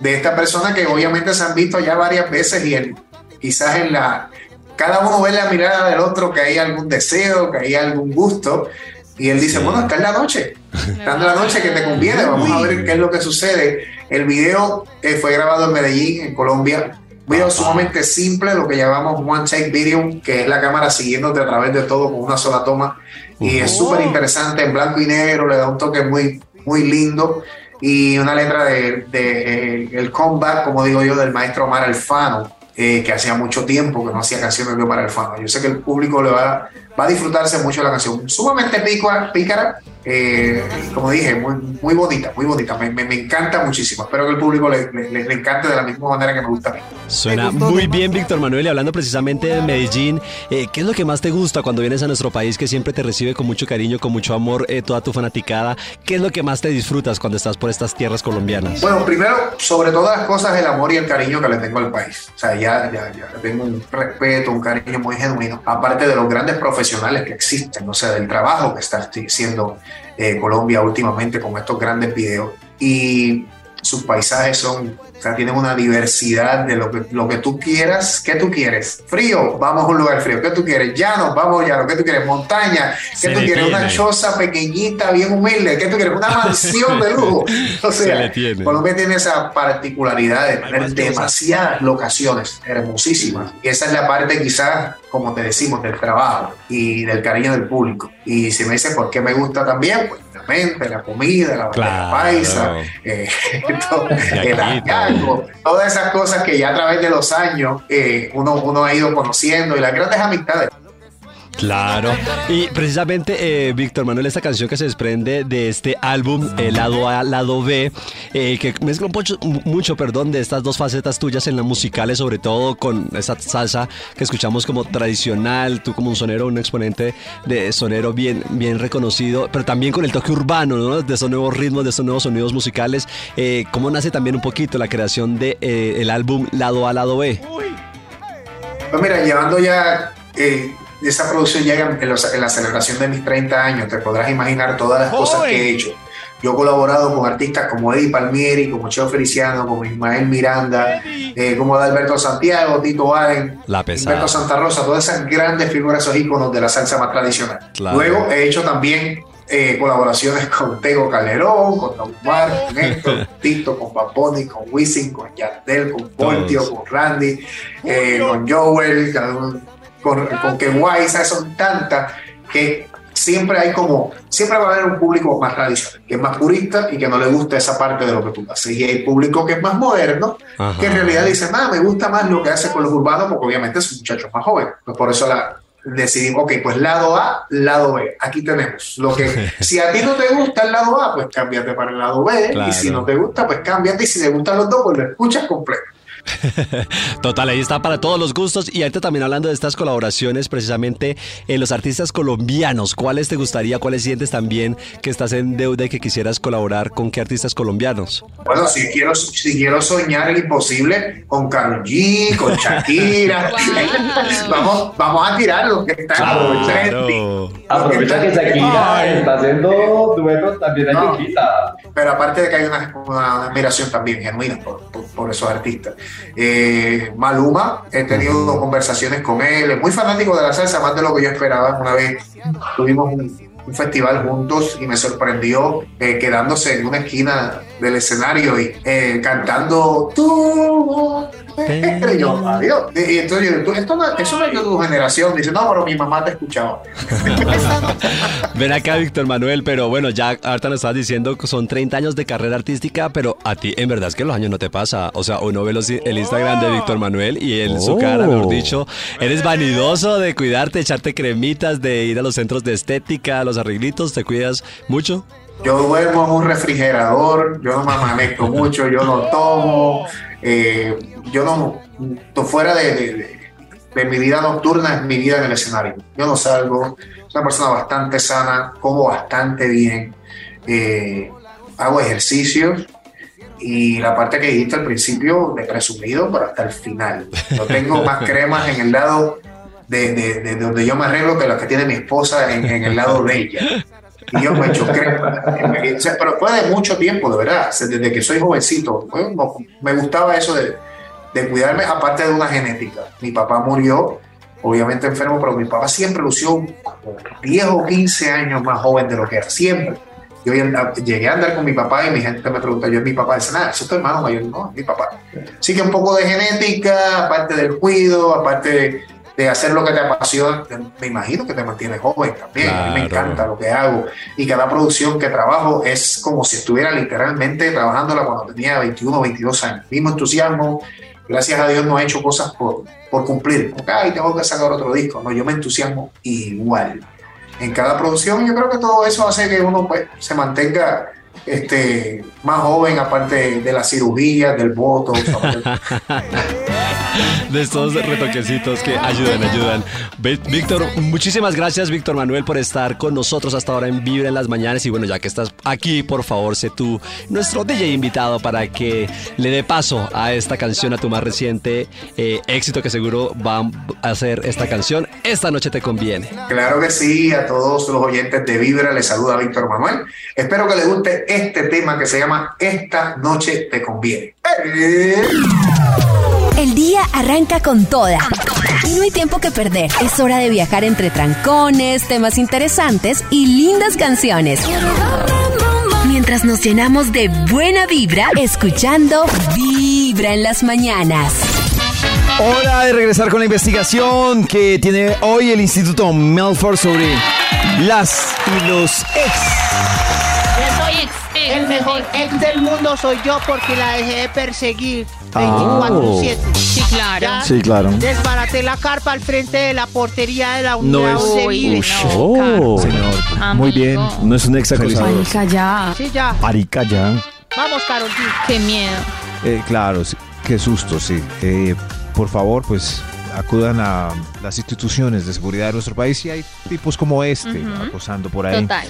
Speaker 14: de esta persona que obviamente se han visto ya varias veces y en- quizás en la. Cada uno ve la mirada del otro que hay algún deseo, que hay algún gusto. Y él dice: Bueno, está en la noche. Está en la noche que te conviene. Vamos a ver qué es lo que sucede. El video eh, fue grabado en Medellín, en Colombia. Un video sumamente simple, lo que llamamos One Take Video, que es la cámara siguiéndote a través de todo con una sola toma. Y es súper interesante, en blanco y negro, le da un toque muy, muy lindo. Y una letra de, de- el comeback, como digo yo, del maestro Omar Alfano, eh, que hacía mucho tiempo que no hacía canciones de Omar Alfano. Yo sé que el público le va, va a disfrutarse mucho la canción. Sumamente pícara, pícara eh, como dije, muy, muy bonita, muy bonita. Me, me- me encanta muchísimo. Espero que el público le, le- le- le encante de la misma manera que me gusta a mí.
Speaker 4: Suena muy bien, Víctor Manuel, y hablando precisamente de Medellín, eh, ¿qué es lo que más te gusta cuando vienes a nuestro país que siempre te recibe con mucho cariño, con mucho amor eh, toda tu fanaticada? ¿Qué es lo que más te disfrutas cuando estás por estas tierras colombianas?
Speaker 14: Bueno, primero, sobre todas las cosas, el amor y el cariño que le tengo al país. O sea, ya, ya, ya le tengo un respeto, un cariño muy genuino, aparte de los grandes profesionales que existen, o sea, del trabajo que está haciendo eh, Colombia últimamente con estos grandes videos. Y sus paisajes son, o sea, tienen una diversidad de lo que, lo que tú quieras, ¿qué tú quieres? Frío, vamos a un lugar frío, ¿qué tú quieres? Llano, vamos a llano, ¿qué tú quieres? Montaña, ¿qué
Speaker 4: Se
Speaker 14: tú
Speaker 4: le
Speaker 14: quieres? Una
Speaker 4: tiene.
Speaker 14: choza pequeñita, bien humilde, ¿qué tú quieres? Una mansión de lujo. O
Speaker 4: Se
Speaker 14: sea,
Speaker 4: le tiene.
Speaker 14: Colombia tiene esa particularidad de tener demasiadas locaciones hermosísimas. Y esa es la parte quizás, como te decimos, del trabajo y del cariño del público. Y si me dices por qué me gusta también, pues la mente, la comida, la bandeja
Speaker 4: Claro.
Speaker 14: paisa, eh, todo,
Speaker 4: De
Speaker 14: el
Speaker 4: aquí, todo.
Speaker 14: ajiaco, Exacto. Todas esas cosas que ya a través de los años eh, uno, uno ha ido conociendo y las grandes amistades.
Speaker 4: Claro. Y precisamente, eh, Víctor Manuel, esta canción que se desprende de este álbum, el lado A, lado B, eh, que mezcla un pocho- mucho, perdón, de estas dos facetas tuyas en la musicales, sobre todo con esa salsa que escuchamos como tradicional, tú como un sonero, un exponente de sonero bien, bien reconocido, pero también con el toque urbano, ¿no? De esos nuevos ritmos, de esos nuevos sonidos musicales. Eh, ¿Cómo nace también un poquito la creación del de, eh, el álbum lado A, lado B?
Speaker 14: Pues mira, llevando ya eh, esa producción ya en, los- en la celebración de mis 30 años, te podrás imaginar todas las cosas que he hecho. Yo he colaborado con artistas como Eddie Palmieri, como Cheo Feliciano, como Ismael Miranda, eh, como Adalberto Santiago, Tito Allen,
Speaker 4: La
Speaker 14: Humberto
Speaker 4: pesada.
Speaker 14: Santa Rosa, todas esas grandes figuras, esos íconos de la salsa más tradicional.
Speaker 4: Claro.
Speaker 14: Luego he hecho también eh, colaboraciones con Tego Calderón, con Don Omar, con Héctor, con Tito, con Paponi, con Wisin, con Yandel, con Voltio, con Randy, eh, con Joel, con, con, con Ken White, ¿sabes? son tantas que siempre hay como, siempre va a haber un público más tradicional, que es más purista y que no le gusta esa parte de lo que tú haces. Y hay público que es más moderno,
Speaker 4: Ajá.
Speaker 14: que en realidad dicen, ah, me gusta más lo que hace con los urbanos, porque obviamente son muchachos más jóvenes. Pues por eso la decidimos, ok, pues lado A, lado B. Aquí tenemos lo que, si a ti no te gusta el lado A, pues cámbiate para el lado B.
Speaker 4: Claro.
Speaker 14: Y si no te gusta, pues cámbiate. Y si te gustan los dos, pues lo escuchas completo.
Speaker 4: Total, ahí está para todos los gustos. Y ahorita también hablando de estas colaboraciones, precisamente en los artistas colombianos, ¿cuáles te gustaría, cuáles sientes también que estás en deuda y que quisieras colaborar con qué artistas colombianos?
Speaker 14: Bueno, si quiero, si quiero soñar el imposible con Karol G, con Shakira, vamos, vamos a tirar lo que está
Speaker 12: Claro.
Speaker 14: Aprovecha que Shakira está
Speaker 15: haciendo duetos también
Speaker 14: a Pero aparte de que hay una, una admiración también genuina por, por- por esos artistas. Eh, Maluma, he tenido conversaciones con él, es muy fanático de la salsa, más de lo que yo esperaba. Una vez tuvimos un, un festival juntos y me sorprendió eh, quedándose en una esquina del escenario y eh, cantando tú. Y yo, adiós. Y y entonces yo, "Tú, esto no- eso no es de tu generación. Dice, no, pero mi mamá te escuchaba.
Speaker 4: Ven acá, Víctor Manuel, pero bueno, ya ahorita nos estás diciendo que son 30 años de carrera artística, pero a ti en verdad es que los años no te pasa. O sea, uno ve los- el Instagram de Víctor Manuel y en su
Speaker 16: Oh.
Speaker 4: cara, mejor dicho, eres vanidoso de cuidarte, echarte cremitas, de ir a los centros de estética, a los arreglitos, ¿te cuidas mucho?
Speaker 14: Yo duermo en un refrigerador, yo no me amanezco mucho, yo no tomo, eh, yo no, to- fuera de, de- de- de mi vida nocturna es mi vida en el escenario. Yo no salgo, soy una persona bastante sana, como bastante bien, eh, hago ejercicios y la parte que dijiste al principio de presumido, pero hasta el final. No tengo más cremas en el lado de, de- de- de donde yo me arreglo que las que tiene mi esposa en, en el lado de ella. Y yo me he hecho crema. O sea, pero fue de mucho tiempo, de verdad. O sea, Desde que soy jovencito. Fue como- Me gustaba eso de, de cuidarme, aparte de una genética. Mi papá murió, obviamente enfermo, pero mi papá siempre lució como 10 o 15 años más joven de lo que era. Siempre. Yo ya- llegué a andar con mi papá y mi gente me pregunta, yo es mi papá, dice, nada, eso es tu hermano mayor, no, es mi papá. Así que un poco de genética, aparte del cuido, aparte de, de hacer lo que te apasiona, me imagino que te mantiene joven también, a mí me
Speaker 4: Claro.
Speaker 14: encanta lo que hago y cada producción que trabajo es como si estuviera literalmente trabajándola cuando tenía 21 o 22 años, mismo entusiasmo, gracias a Dios no he hecho cosas por, por cumplir, como que, ay, tengo que sacar otro disco, no, yo me entusiasmo igual en cada producción. Yo creo que todo eso hace que uno pues, se mantenga este, más joven, aparte de las cirugías, del voto.
Speaker 4: de estos retoquecitos que ayudan, ayudan. Ve- Víctor, muchísimas gracias, Víctor Manuel, por estar con nosotros hasta ahora en Vibra en las Mañanas. Y bueno, ya que estás aquí, por favor, sé tú nuestro DJ invitado para que le dé paso a esta canción, a tu más reciente eh, éxito que seguro va a hacer esta canción. Esta noche te conviene.
Speaker 14: Claro que sí, a todos los oyentes de Vibra les saluda Víctor Manuel. Espero que les guste este tema que se llama Esta noche te conviene.
Speaker 5: El día arranca con toda. Y no hay tiempo que perder. Es hora de viajar entre trancones, temas interesantes y lindas canciones. Mientras nos llenamos de buena vibra, escuchando Vibra en las mañanas.
Speaker 2: Hora de regresar con la investigación que tiene hoy el Instituto Melford sobre las y los ex.
Speaker 3: Ya soy ex, ex.
Speaker 11: El mejor ex del mundo soy yo porque la dejé de perseguir 24-7.
Speaker 7: Ah.
Speaker 11: Sí, claro.
Speaker 2: Ah. Sí, claro.
Speaker 11: Desbaraté la carpa al frente de la portería de la
Speaker 2: No
Speaker 11: unidad
Speaker 2: es.
Speaker 11: donde vive.
Speaker 2: Oh, señor.
Speaker 11: Muy
Speaker 2: bien. No es un ex acosador.
Speaker 11: ya. Sí, ya.
Speaker 1: Parica ya.
Speaker 11: Vamos, Carol G. Qué miedo.
Speaker 1: Eh, claro, sí. qué susto, sí. Eh, por favor, pues acudan a las instituciones de seguridad de nuestro país y hay tipos como este
Speaker 3: Ujú.
Speaker 1: acosando por ahí.
Speaker 3: Total.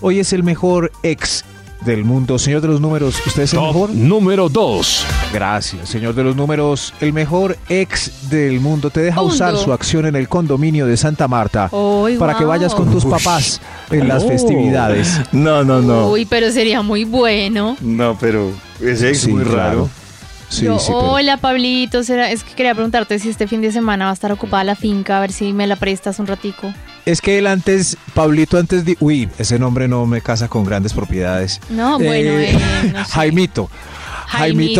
Speaker 1: Hoy es el mejor ex del mundo. Señor de los números, ¿usted es el mejor?
Speaker 8: Número 2.
Speaker 1: Gracias, señor de los números. El mejor ex del mundo. Te deja usar
Speaker 3: Mundo.
Speaker 1: su acción en el condominio de Santa Marta
Speaker 3: Uy,
Speaker 1: para que
Speaker 3: guau.
Speaker 1: vayas con tus papás en las
Speaker 2: Oh.
Speaker 1: festividades.
Speaker 2: No, no, no.
Speaker 3: Uy, pero sería muy bueno.
Speaker 2: No, pero ese ex es
Speaker 1: Sí,
Speaker 2: muy
Speaker 1: claro.
Speaker 2: raro.
Speaker 1: Sí,
Speaker 3: Yo,
Speaker 1: sí, pero-
Speaker 3: hola Pablito, será- es que quería preguntarte si este fin de semana va a estar ocupada la finca, a ver si me la prestas un ratico.
Speaker 1: Es que él antes, Pablito antes de... Uy, ese nombre no me casa con grandes propiedades.
Speaker 3: No, bueno, eh, no sé.
Speaker 1: Jaimito.
Speaker 3: ¿Jaimito?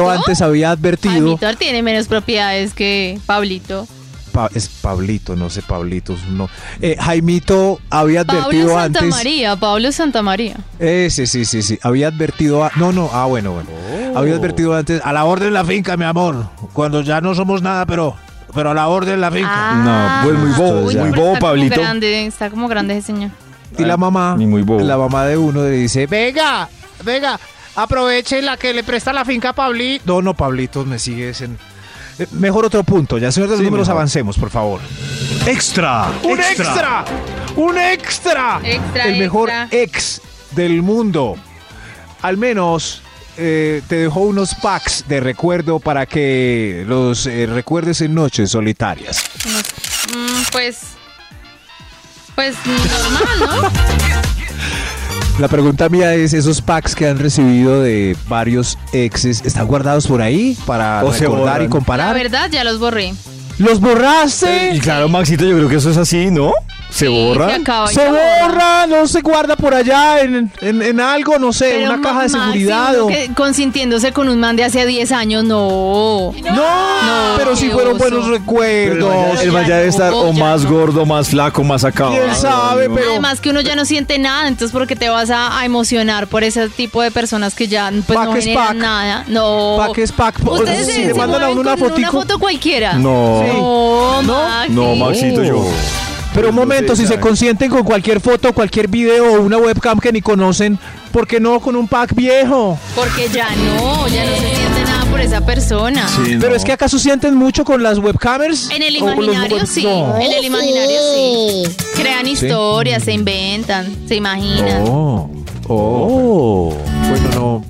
Speaker 1: Jaimito antes había advertido...
Speaker 3: Pablito tiene menos propiedades que Pablito.
Speaker 1: Pa- es Pablito, no sé, Pablito. No. Eh, Jaimito había
Speaker 3: Pablo
Speaker 1: advertido
Speaker 3: Santa
Speaker 1: antes...
Speaker 3: María, Pablo Santa María.
Speaker 1: Eh, sí, sí, sí, sí. Había advertido... a- no, no, ah, bueno, bueno. Había advertido antes... A la orden de la finca, mi amor. Cuando ya no somos nada, pero... Pero a la orden de la finca.
Speaker 3: Ah,
Speaker 2: No, pues muy bobo,
Speaker 1: Uy,
Speaker 2: muy
Speaker 1: pero
Speaker 2: bobo,
Speaker 3: está
Speaker 2: Pablito. Ah,
Speaker 3: Como grande, está como grande ese señor.
Speaker 1: Y la mamá... La mamá de uno le dice... "Ve,
Speaker 11: Venga, venga. Aprovechen la que le presta la finca a Pablito.
Speaker 1: No, no, Pablito, me sigues en... Eh, Mejor otro punto, ya, señor de los números, avancemos, por favor. ¡Extra!
Speaker 6: ¡Un extra! ¡Un extra!
Speaker 1: El mejor ex del mundo. Al menos eh, te dejó unos packs de recuerdo para que los eh, recuerdes en noches solitarias.
Speaker 3: Mm, pues. Pues normal,
Speaker 1: La pregunta mía es, ¿esos packs que han recibido de varios exes están guardados por ahí para
Speaker 2: O se
Speaker 1: recordar y
Speaker 2: borran.
Speaker 3: ¿no? La
Speaker 1: comparar?
Speaker 3: verdad, ya los borré.
Speaker 1: ¿Los borraste?
Speaker 2: Y claro, Maxito, yo creo que eso es así, ¿no? Se borra.
Speaker 3: se acaba.
Speaker 1: Se borra, no se guarda por allá en, en- en algo, no sé, en
Speaker 3: Pero
Speaker 1: una caja de
Speaker 3: máximo
Speaker 1: seguridad. o-
Speaker 3: que consintiéndose con un man de hace 10 años, no.
Speaker 1: No, pero si
Speaker 3: qué
Speaker 1: fueron
Speaker 3: oso.
Speaker 1: buenos
Speaker 2: Pero el
Speaker 1: recuerdos.
Speaker 2: man ya- el man ya debe estar o más gordo, más flaco, más acabado.
Speaker 1: ¿Quién sabe? Pero
Speaker 3: Además que uno ya no siente nada, entonces porque te vas a, a emocionar por ese tipo de personas que ya pues,
Speaker 1: Pack
Speaker 3: no
Speaker 1: es
Speaker 3: generan
Speaker 1: pack.
Speaker 3: nada. No.
Speaker 1: Pack es pack.
Speaker 3: Ustedes
Speaker 1: Sí,
Speaker 3: se,
Speaker 1: le
Speaker 3: se
Speaker 1: mandan a
Speaker 3: mueven
Speaker 1: uno una
Speaker 3: con una
Speaker 1: fotico.
Speaker 3: foto cualquiera.
Speaker 1: No.
Speaker 3: No, Maxi.
Speaker 2: No, Maxito, yo.
Speaker 1: Pero un momento, si se consienten con cualquier foto, cualquier video o una webcam que ni conocen, ¿por qué no con un pack viejo?
Speaker 3: Porque ya no, ya no se siente nada por esa persona.
Speaker 1: Pero es que acaso sienten mucho con las webcamers.
Speaker 3: En el
Speaker 1: Pues, ¿O con los
Speaker 3: imaginario
Speaker 1: web-
Speaker 3: sí,
Speaker 1: No.
Speaker 3: en el imaginario sí. Crean historias, se inventan, se imaginan.
Speaker 1: Oh, oh. Bueno, no.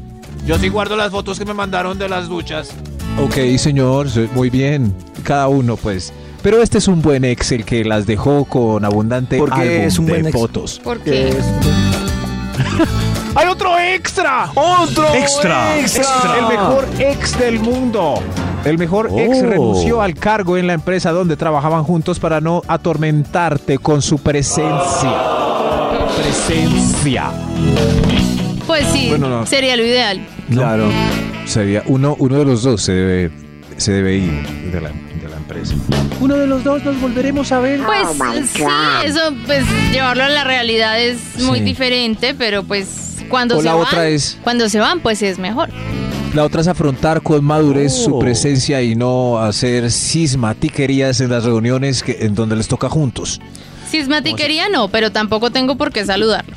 Speaker 6: Yo sí guardo las fotos que me mandaron de las duchas.
Speaker 1: Ok, señor, se- muy bien. Cada uno, pues. Pero este es un buen ex, el que las dejó con abundante
Speaker 2: ¿Por qué
Speaker 1: álbum
Speaker 2: es un
Speaker 1: de
Speaker 2: buen ex?
Speaker 1: fotos.
Speaker 3: ¿Por qué?
Speaker 6: ¡Hay otro extra!
Speaker 2: ¡Otro
Speaker 1: Extra, extra. extra.
Speaker 6: El mejor
Speaker 1: ex del mundo. El mejor ex
Speaker 2: Oh.
Speaker 1: renunció al cargo en la empresa donde trabajaban juntos para no atormentarte con su presencia. Presencia.
Speaker 3: Pues sí,
Speaker 1: Bueno, no.
Speaker 3: sería lo ideal.
Speaker 1: Claro. Sería uno, uno de los dos se debe, se debe ir de la, de la empresa. Uno de los dos nos volveremos a ver.
Speaker 6: Oh
Speaker 3: Pues sí, eso, pues llevarlo a la realidad es muy
Speaker 1: Sí.
Speaker 3: diferente, pero pues cuando
Speaker 1: O
Speaker 3: se
Speaker 1: la
Speaker 3: van,
Speaker 1: otra es-
Speaker 3: cuando se van, pues es mejor.
Speaker 1: La otra es afrontar con madurez su
Speaker 2: Oh.
Speaker 1: presencia y no hacer cismatiquerías en las reuniones que, en donde les toca juntos.
Speaker 3: Cismatiquería no, pero tampoco tengo por qué saludarlo.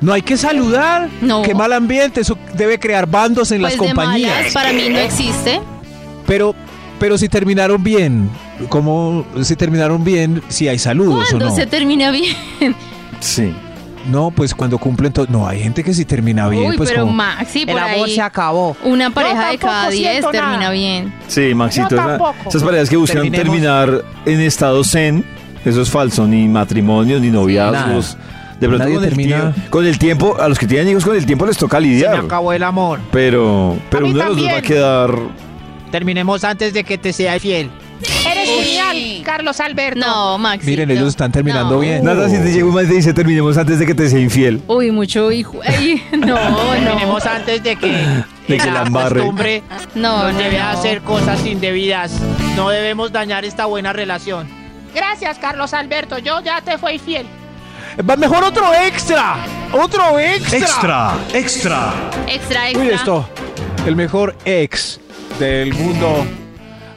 Speaker 1: No hay que saludar.
Speaker 3: No.
Speaker 1: Qué mal ambiente. Eso debe crear bandos en las
Speaker 3: pues de
Speaker 1: compañías.
Speaker 3: malas, para mí no existe.
Speaker 1: Pero, pero si terminaron bien, como si terminaron bien, si hay saludos o
Speaker 3: Cuando
Speaker 1: no.
Speaker 3: se termina bien.
Speaker 1: Sí. No, pues cuando cumplen todo. No, hay gente que si termina bien,
Speaker 3: Uy,
Speaker 1: pues
Speaker 3: pero
Speaker 1: como-
Speaker 3: Maxi,
Speaker 11: El
Speaker 3: por
Speaker 11: amor
Speaker 3: ahí,
Speaker 11: se acabó.
Speaker 3: Una pareja de
Speaker 11: tampoco
Speaker 3: cada diez
Speaker 11: siento
Speaker 3: termina
Speaker 11: nada.
Speaker 3: bien.
Speaker 2: Sí, Maxito.
Speaker 11: Yo
Speaker 2: esa-
Speaker 11: tampoco.
Speaker 2: esas parejas que buscan
Speaker 11: Terminemos.
Speaker 2: terminar en estado zen, eso es falso. Ni matrimonios, ni noviazgos. De pronto
Speaker 1: Nadie
Speaker 2: con el,
Speaker 1: termina-
Speaker 2: tiempo, con el tiempo, a los que tienen hijos con el tiempo les toca
Speaker 6: Se me
Speaker 2: lidiar.
Speaker 6: acabó el amor.
Speaker 2: Pero,
Speaker 6: A
Speaker 2: pero
Speaker 6: mí
Speaker 2: uno de los dos va a
Speaker 6: también.
Speaker 2: quedar.
Speaker 6: Terminemos antes de que te sea fiel.
Speaker 11: Eres genial, Carlos Alberto.
Speaker 3: No, Maxi.
Speaker 1: Miren, ellos están terminando bien.
Speaker 2: Nada, si te llega un man y te dice, terminemos antes de que te sea infiel.
Speaker 3: Uy, mucho hijo. Ey, no, no.
Speaker 11: Terminemos antes de que
Speaker 2: De que la embarre.
Speaker 11: costumbre
Speaker 3: No,
Speaker 11: nos
Speaker 3: no,
Speaker 11: lleve a
Speaker 3: no.
Speaker 11: hacer cosas indebidas. No debemos dañar esta buena relación. Gracias, Carlos Alberto. Yo ya te fui fiel.
Speaker 6: Va mejor otro extra. Otro extra.
Speaker 1: Extra, extra.
Speaker 3: Extra, extra.
Speaker 6: Uy, esto. El mejor ex del mundo.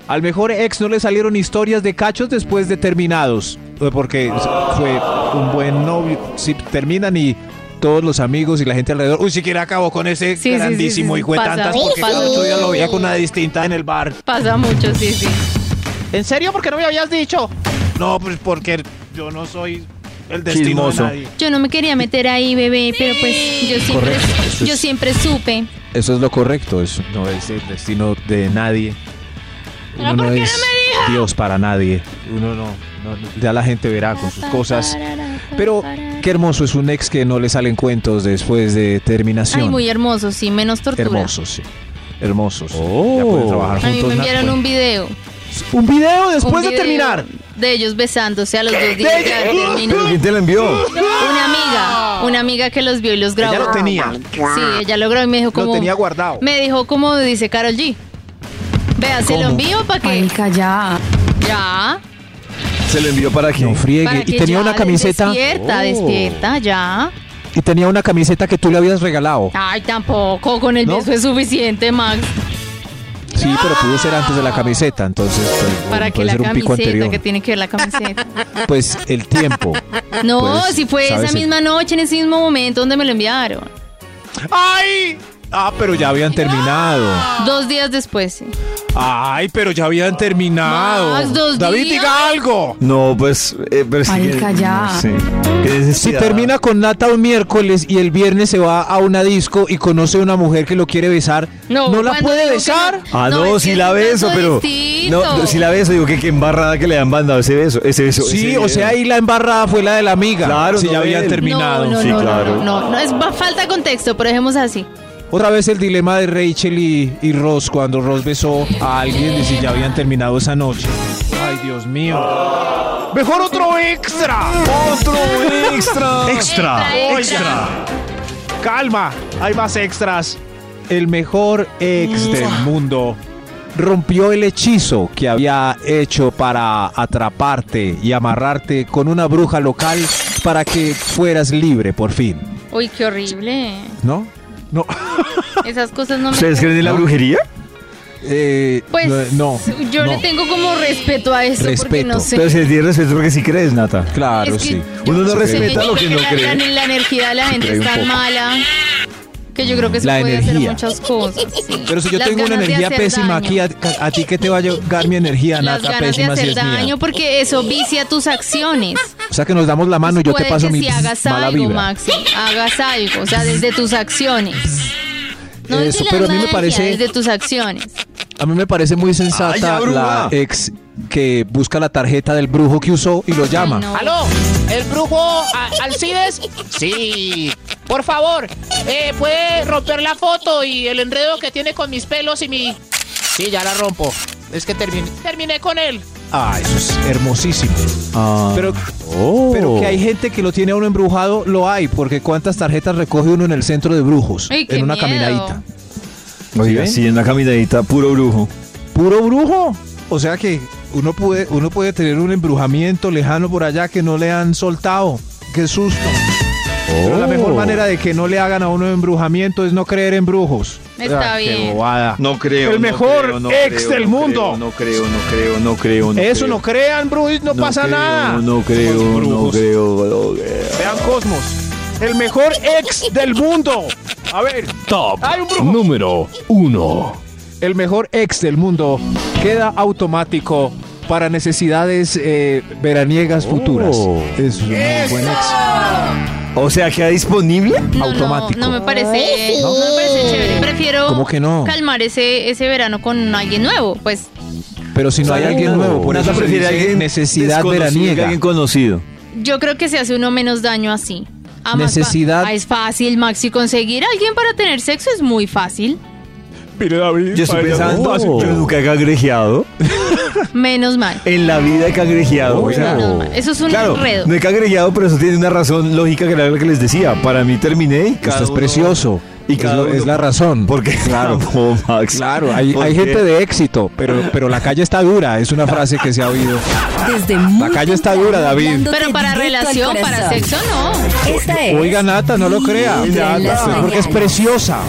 Speaker 6: Al mejor ex no le salieron historias de cachos después de terminados. eh, Porque fue un buen novio. Si terminan y todos los amigos y la gente alrededor. Uy, siquiera acabo con ese
Speaker 3: Sí, sí, sí,
Speaker 6: grandísimo
Speaker 3: sí, sí.
Speaker 6: hijo de
Speaker 3: Pasa.
Speaker 6: tantas.
Speaker 3: Uy,
Speaker 6: Porque cada
Speaker 3: pasa.
Speaker 6: ocho días lo veía con una distinta en el bar.
Speaker 3: Pasa mucho, sí, sí.
Speaker 11: ¿En serio? ¿Por qué no me habías dicho?
Speaker 6: No, pues porque yo no soy el destino
Speaker 1: Chismoso.
Speaker 6: de nadie.
Speaker 3: Yo no me quería meter ahí, bebé, pero pues yo siempre,
Speaker 1: Correcto, eso
Speaker 3: yo
Speaker 1: es-
Speaker 3: siempre supe.
Speaker 1: Eso es lo correcto, eso no es el destino de nadie. Uno no es Dios para nadie. Uno no, no- no- ya la gente verá con sus cosas. Pero qué hermoso es un ex que no le salen cuentos después de terminación.
Speaker 3: Ay, muy hermoso, sí, menos tortura.
Speaker 1: hermosos, sí. Hermosos. Ya
Speaker 2: Oh.
Speaker 1: pueden trabajar
Speaker 3: A mí
Speaker 1: juntos.
Speaker 3: me enviaron
Speaker 1: Nat-
Speaker 3: un video.
Speaker 6: ¿Un video después
Speaker 1: de terminar?
Speaker 3: De ellos besándose a los dos días
Speaker 2: ¿Qué?
Speaker 3: de haber terminado.
Speaker 2: ¿Pero quién te lo envió?
Speaker 3: Una amiga, una amiga que los vio y los grabó.
Speaker 2: lo tenía.
Speaker 3: Sí, ella lo grabó y me dijo como...
Speaker 6: tenía guardado.
Speaker 3: Me dijo como dice Carol G. Vea, se lo
Speaker 2: ¿Cómo?
Speaker 3: envío para que... ya. Ya.
Speaker 2: Se lo envió para que
Speaker 1: No
Speaker 3: para
Speaker 1: friegue.
Speaker 3: que
Speaker 1: Y tenía
Speaker 3: ya
Speaker 1: una camiseta.
Speaker 3: Despierta,
Speaker 1: Oh.
Speaker 3: despierta, ya.
Speaker 1: Y tenía una camiseta que tú le habías regalado.
Speaker 3: Ay, tampoco, con el
Speaker 1: ¿No?
Speaker 3: beso es suficiente, Max.
Speaker 1: Sí, pero pudo ser antes de la camiseta, entonces pues,
Speaker 3: Para que
Speaker 1: puede
Speaker 3: la
Speaker 1: ser un pico
Speaker 3: camiseta,
Speaker 1: anterior.
Speaker 3: que tiene que ver la camiseta.
Speaker 1: Pues el tiempo.
Speaker 3: No,
Speaker 1: Pues,
Speaker 3: si fue esa
Speaker 1: ¿sabes?
Speaker 3: misma noche, en ese mismo momento donde me lo enviaron.
Speaker 6: ¡Ay!
Speaker 1: Ah, pero ya habían terminado.
Speaker 3: Dos días después. sí.
Speaker 6: Ay, pero ya habían
Speaker 1: Ah,
Speaker 6: terminado.
Speaker 3: Más dos
Speaker 6: David,
Speaker 3: días.
Speaker 6: diga algo.
Speaker 2: No, pues. eh, pero es que-
Speaker 3: Marica, ya.
Speaker 2: no sé. Qué
Speaker 1: Si
Speaker 2: necesidad.
Speaker 1: termina con Nata un miércoles y el viernes se va a una disco y conoce a una mujer que lo quiere besar, no, la
Speaker 3: cuando
Speaker 1: puede
Speaker 3: digo que
Speaker 1: besar.
Speaker 3: no-
Speaker 2: Ah, no,
Speaker 3: es
Speaker 2: si
Speaker 3: que
Speaker 2: la
Speaker 3: es un
Speaker 2: beso,
Speaker 3: caso
Speaker 2: pero.
Speaker 3: Pues distinto.
Speaker 2: No, no, si la beso, digo que qué embarrada que le han mandado ese beso. Ese beso
Speaker 1: Sí,
Speaker 2: ese
Speaker 1: o
Speaker 2: video.
Speaker 1: sea, ahí la embarrada fue la de la amiga.
Speaker 2: Claro,
Speaker 1: si
Speaker 2: no
Speaker 1: ya habían
Speaker 2: ven.
Speaker 1: terminado.
Speaker 3: No, no,
Speaker 2: Sí,
Speaker 3: no,
Speaker 2: claro.
Speaker 3: no, no, no, es va- falta de contexto, pero dejemos así.
Speaker 1: Otra vez el dilema de Rachel y, y Ross cuando Ross besó a alguien y si ya habían terminado esa noche. Ay, Dios mío.
Speaker 6: Mejor otro extra.
Speaker 2: Otro extra.
Speaker 1: Extra,
Speaker 6: extra. Calma, hay más extras.
Speaker 1: El mejor ex del mundo rompió el hechizo que había hecho para atraparte y amarrarte con una bruja local para que fueras libre por fin,
Speaker 3: Uy, qué horrible.
Speaker 1: ¿no? No.
Speaker 3: Esas cosas no me.
Speaker 2: ¿Ustedes creen en la brujería?
Speaker 1: Eh,
Speaker 3: Pues
Speaker 1: no.
Speaker 3: yo
Speaker 2: no.
Speaker 3: le tengo como respeto a eso porque no sé.
Speaker 2: Pero si tienes respeto porque sí crees, Nata.
Speaker 1: Claro,
Speaker 3: Es que sí.
Speaker 2: Uno no
Speaker 3: Sí,
Speaker 2: respeta
Speaker 3: yo
Speaker 2: lo que
Speaker 3: creo
Speaker 2: no
Speaker 3: la-
Speaker 2: cree.
Speaker 3: La, la energía de la gente
Speaker 2: cree
Speaker 3: es
Speaker 2: un
Speaker 3: tan
Speaker 2: poco.
Speaker 3: mala que yo creo que se
Speaker 1: La
Speaker 3: puede hacer
Speaker 1: energía.
Speaker 3: muchas cosas. sí.
Speaker 1: Pero si yo
Speaker 3: Las
Speaker 1: tengo una
Speaker 3: ganas de
Speaker 1: energía
Speaker 3: hacer
Speaker 1: pésima
Speaker 3: daño.
Speaker 1: aquí, a, a ti que te va a llegar mi energía,
Speaker 3: Las
Speaker 1: Nata,
Speaker 3: ganas de
Speaker 1: pésima si
Speaker 3: hacer
Speaker 1: es mía.
Speaker 3: daño porque eso vicia tus acciones.
Speaker 1: O sea que nos damos la mano y yo
Speaker 3: Puede
Speaker 1: te paso
Speaker 3: que
Speaker 1: mi
Speaker 3: si hagas
Speaker 1: mala
Speaker 3: algo,
Speaker 1: vibra.
Speaker 3: Maxi, hagas algo, o sea, desde tus acciones. No desde
Speaker 1: Eso,
Speaker 3: la
Speaker 1: pero a mí me
Speaker 3: magia,
Speaker 1: parece-
Speaker 3: desde tus acciones.
Speaker 1: A mí me parece muy
Speaker 2: Ay, ya,
Speaker 1: sensata la
Speaker 2: bruja.
Speaker 1: ex que busca la tarjeta del brujo que usó y lo llama.
Speaker 11: ¿Aló? ¿El brujo A- Alcides? Sí. Por favor, eh, ¿puede romper la foto y el enredo que tiene con mis pelos y mi...
Speaker 6: Sí, ya la rompo.
Speaker 11: Oh, Es que terminé, terminé con él.
Speaker 1: Ah, eso es hermosísimo. Pero,
Speaker 2: Oh.
Speaker 1: pero que hay gente que lo tiene a uno embrujado, lo hay, porque cuántas tarjetas recoge uno en el centro de brujos,
Speaker 3: Ay, qué
Speaker 1: en una
Speaker 3: miedo.
Speaker 1: caminadita.
Speaker 2: Oiga,
Speaker 1: ¿Sí
Speaker 2: sí, en la caminadita, puro brujo.
Speaker 1: Puro brujo. O sea que uno puede, uno puede tener un embrujamiento lejano por allá que no le han soltado. Qué susto. Pero la
Speaker 2: Oh.
Speaker 1: mejor manera de que no le hagan a uno embrujamiento es no creer en brujos.
Speaker 3: Está
Speaker 1: Ah, qué
Speaker 3: bien.
Speaker 1: bobada.
Speaker 2: No creo.
Speaker 6: El
Speaker 2: no
Speaker 6: mejor
Speaker 2: creo, no
Speaker 6: ex
Speaker 2: creo,
Speaker 6: del
Speaker 2: no
Speaker 6: mundo.
Speaker 2: creo, No creo, no creo, no creo. no
Speaker 6: Eso
Speaker 2: creo.
Speaker 6: no crean, Bruce, no, pasa
Speaker 2: creo,
Speaker 6: nada.
Speaker 2: No creo, no
Speaker 6: Brujos.
Speaker 2: creo, no creo.
Speaker 6: Vean Cosmos, el mejor ex del mundo. A ver,
Speaker 8: Top
Speaker 6: Hay un brujo.
Speaker 8: número uno.
Speaker 1: el mejor ex del mundo queda automático para necesidades eh, veraniegas
Speaker 2: Oh.
Speaker 1: futuras. Es un buen ex.
Speaker 2: O sea, ¿queda disponible?
Speaker 3: No,
Speaker 1: Automático.
Speaker 3: No, no me parece, no me parece chévere. Prefiero
Speaker 1: ¿Cómo que no?
Speaker 3: calmar ese, ese verano con alguien nuevo, pues.
Speaker 1: Pero si no hay alguien nuevo, por
Speaker 2: Nata
Speaker 1: eso se
Speaker 2: prefiere
Speaker 1: dice
Speaker 2: alguien
Speaker 1: necesidad
Speaker 2: desconocido que
Speaker 1: veraniega.
Speaker 2: alguien conocido.
Speaker 3: Yo creo que se hace uno menos daño así. Ah, Max, va-
Speaker 1: Necesidad.
Speaker 3: Ah, es fácil, Maxi. Conseguir a alguien para tener sexo es muy fácil.
Speaker 6: mire David. Oh.
Speaker 2: Yo estoy
Speaker 6: para ella
Speaker 2: pensando,
Speaker 6: es fácil.
Speaker 2: yo nunca he cangrejeado.
Speaker 3: Menos mal.
Speaker 2: En la vida he cangrejeado. o sea,
Speaker 3: Menos mal. Eso es un
Speaker 2: Claro,
Speaker 3: enredo.
Speaker 2: no he cangrejeado, pero eso tiene una razón lógica que era lo que les decía. Para mí terminé y cada
Speaker 1: Usted es
Speaker 2: uno-
Speaker 1: precioso. Y claro, es la razón.
Speaker 2: Porque claro, Max.
Speaker 1: Claro, hay, hay gente de éxito, pero, pero la calle está dura, es una frase que se ha oído.
Speaker 5: Desde muy
Speaker 1: La calle está dura, David.
Speaker 3: Pero para relación, para sexo, no.
Speaker 5: Esta es.
Speaker 1: Oiga, Nata, no lo crea.
Speaker 5: Vibra en las
Speaker 1: Porque es
Speaker 5: mañanas.
Speaker 1: preciosa.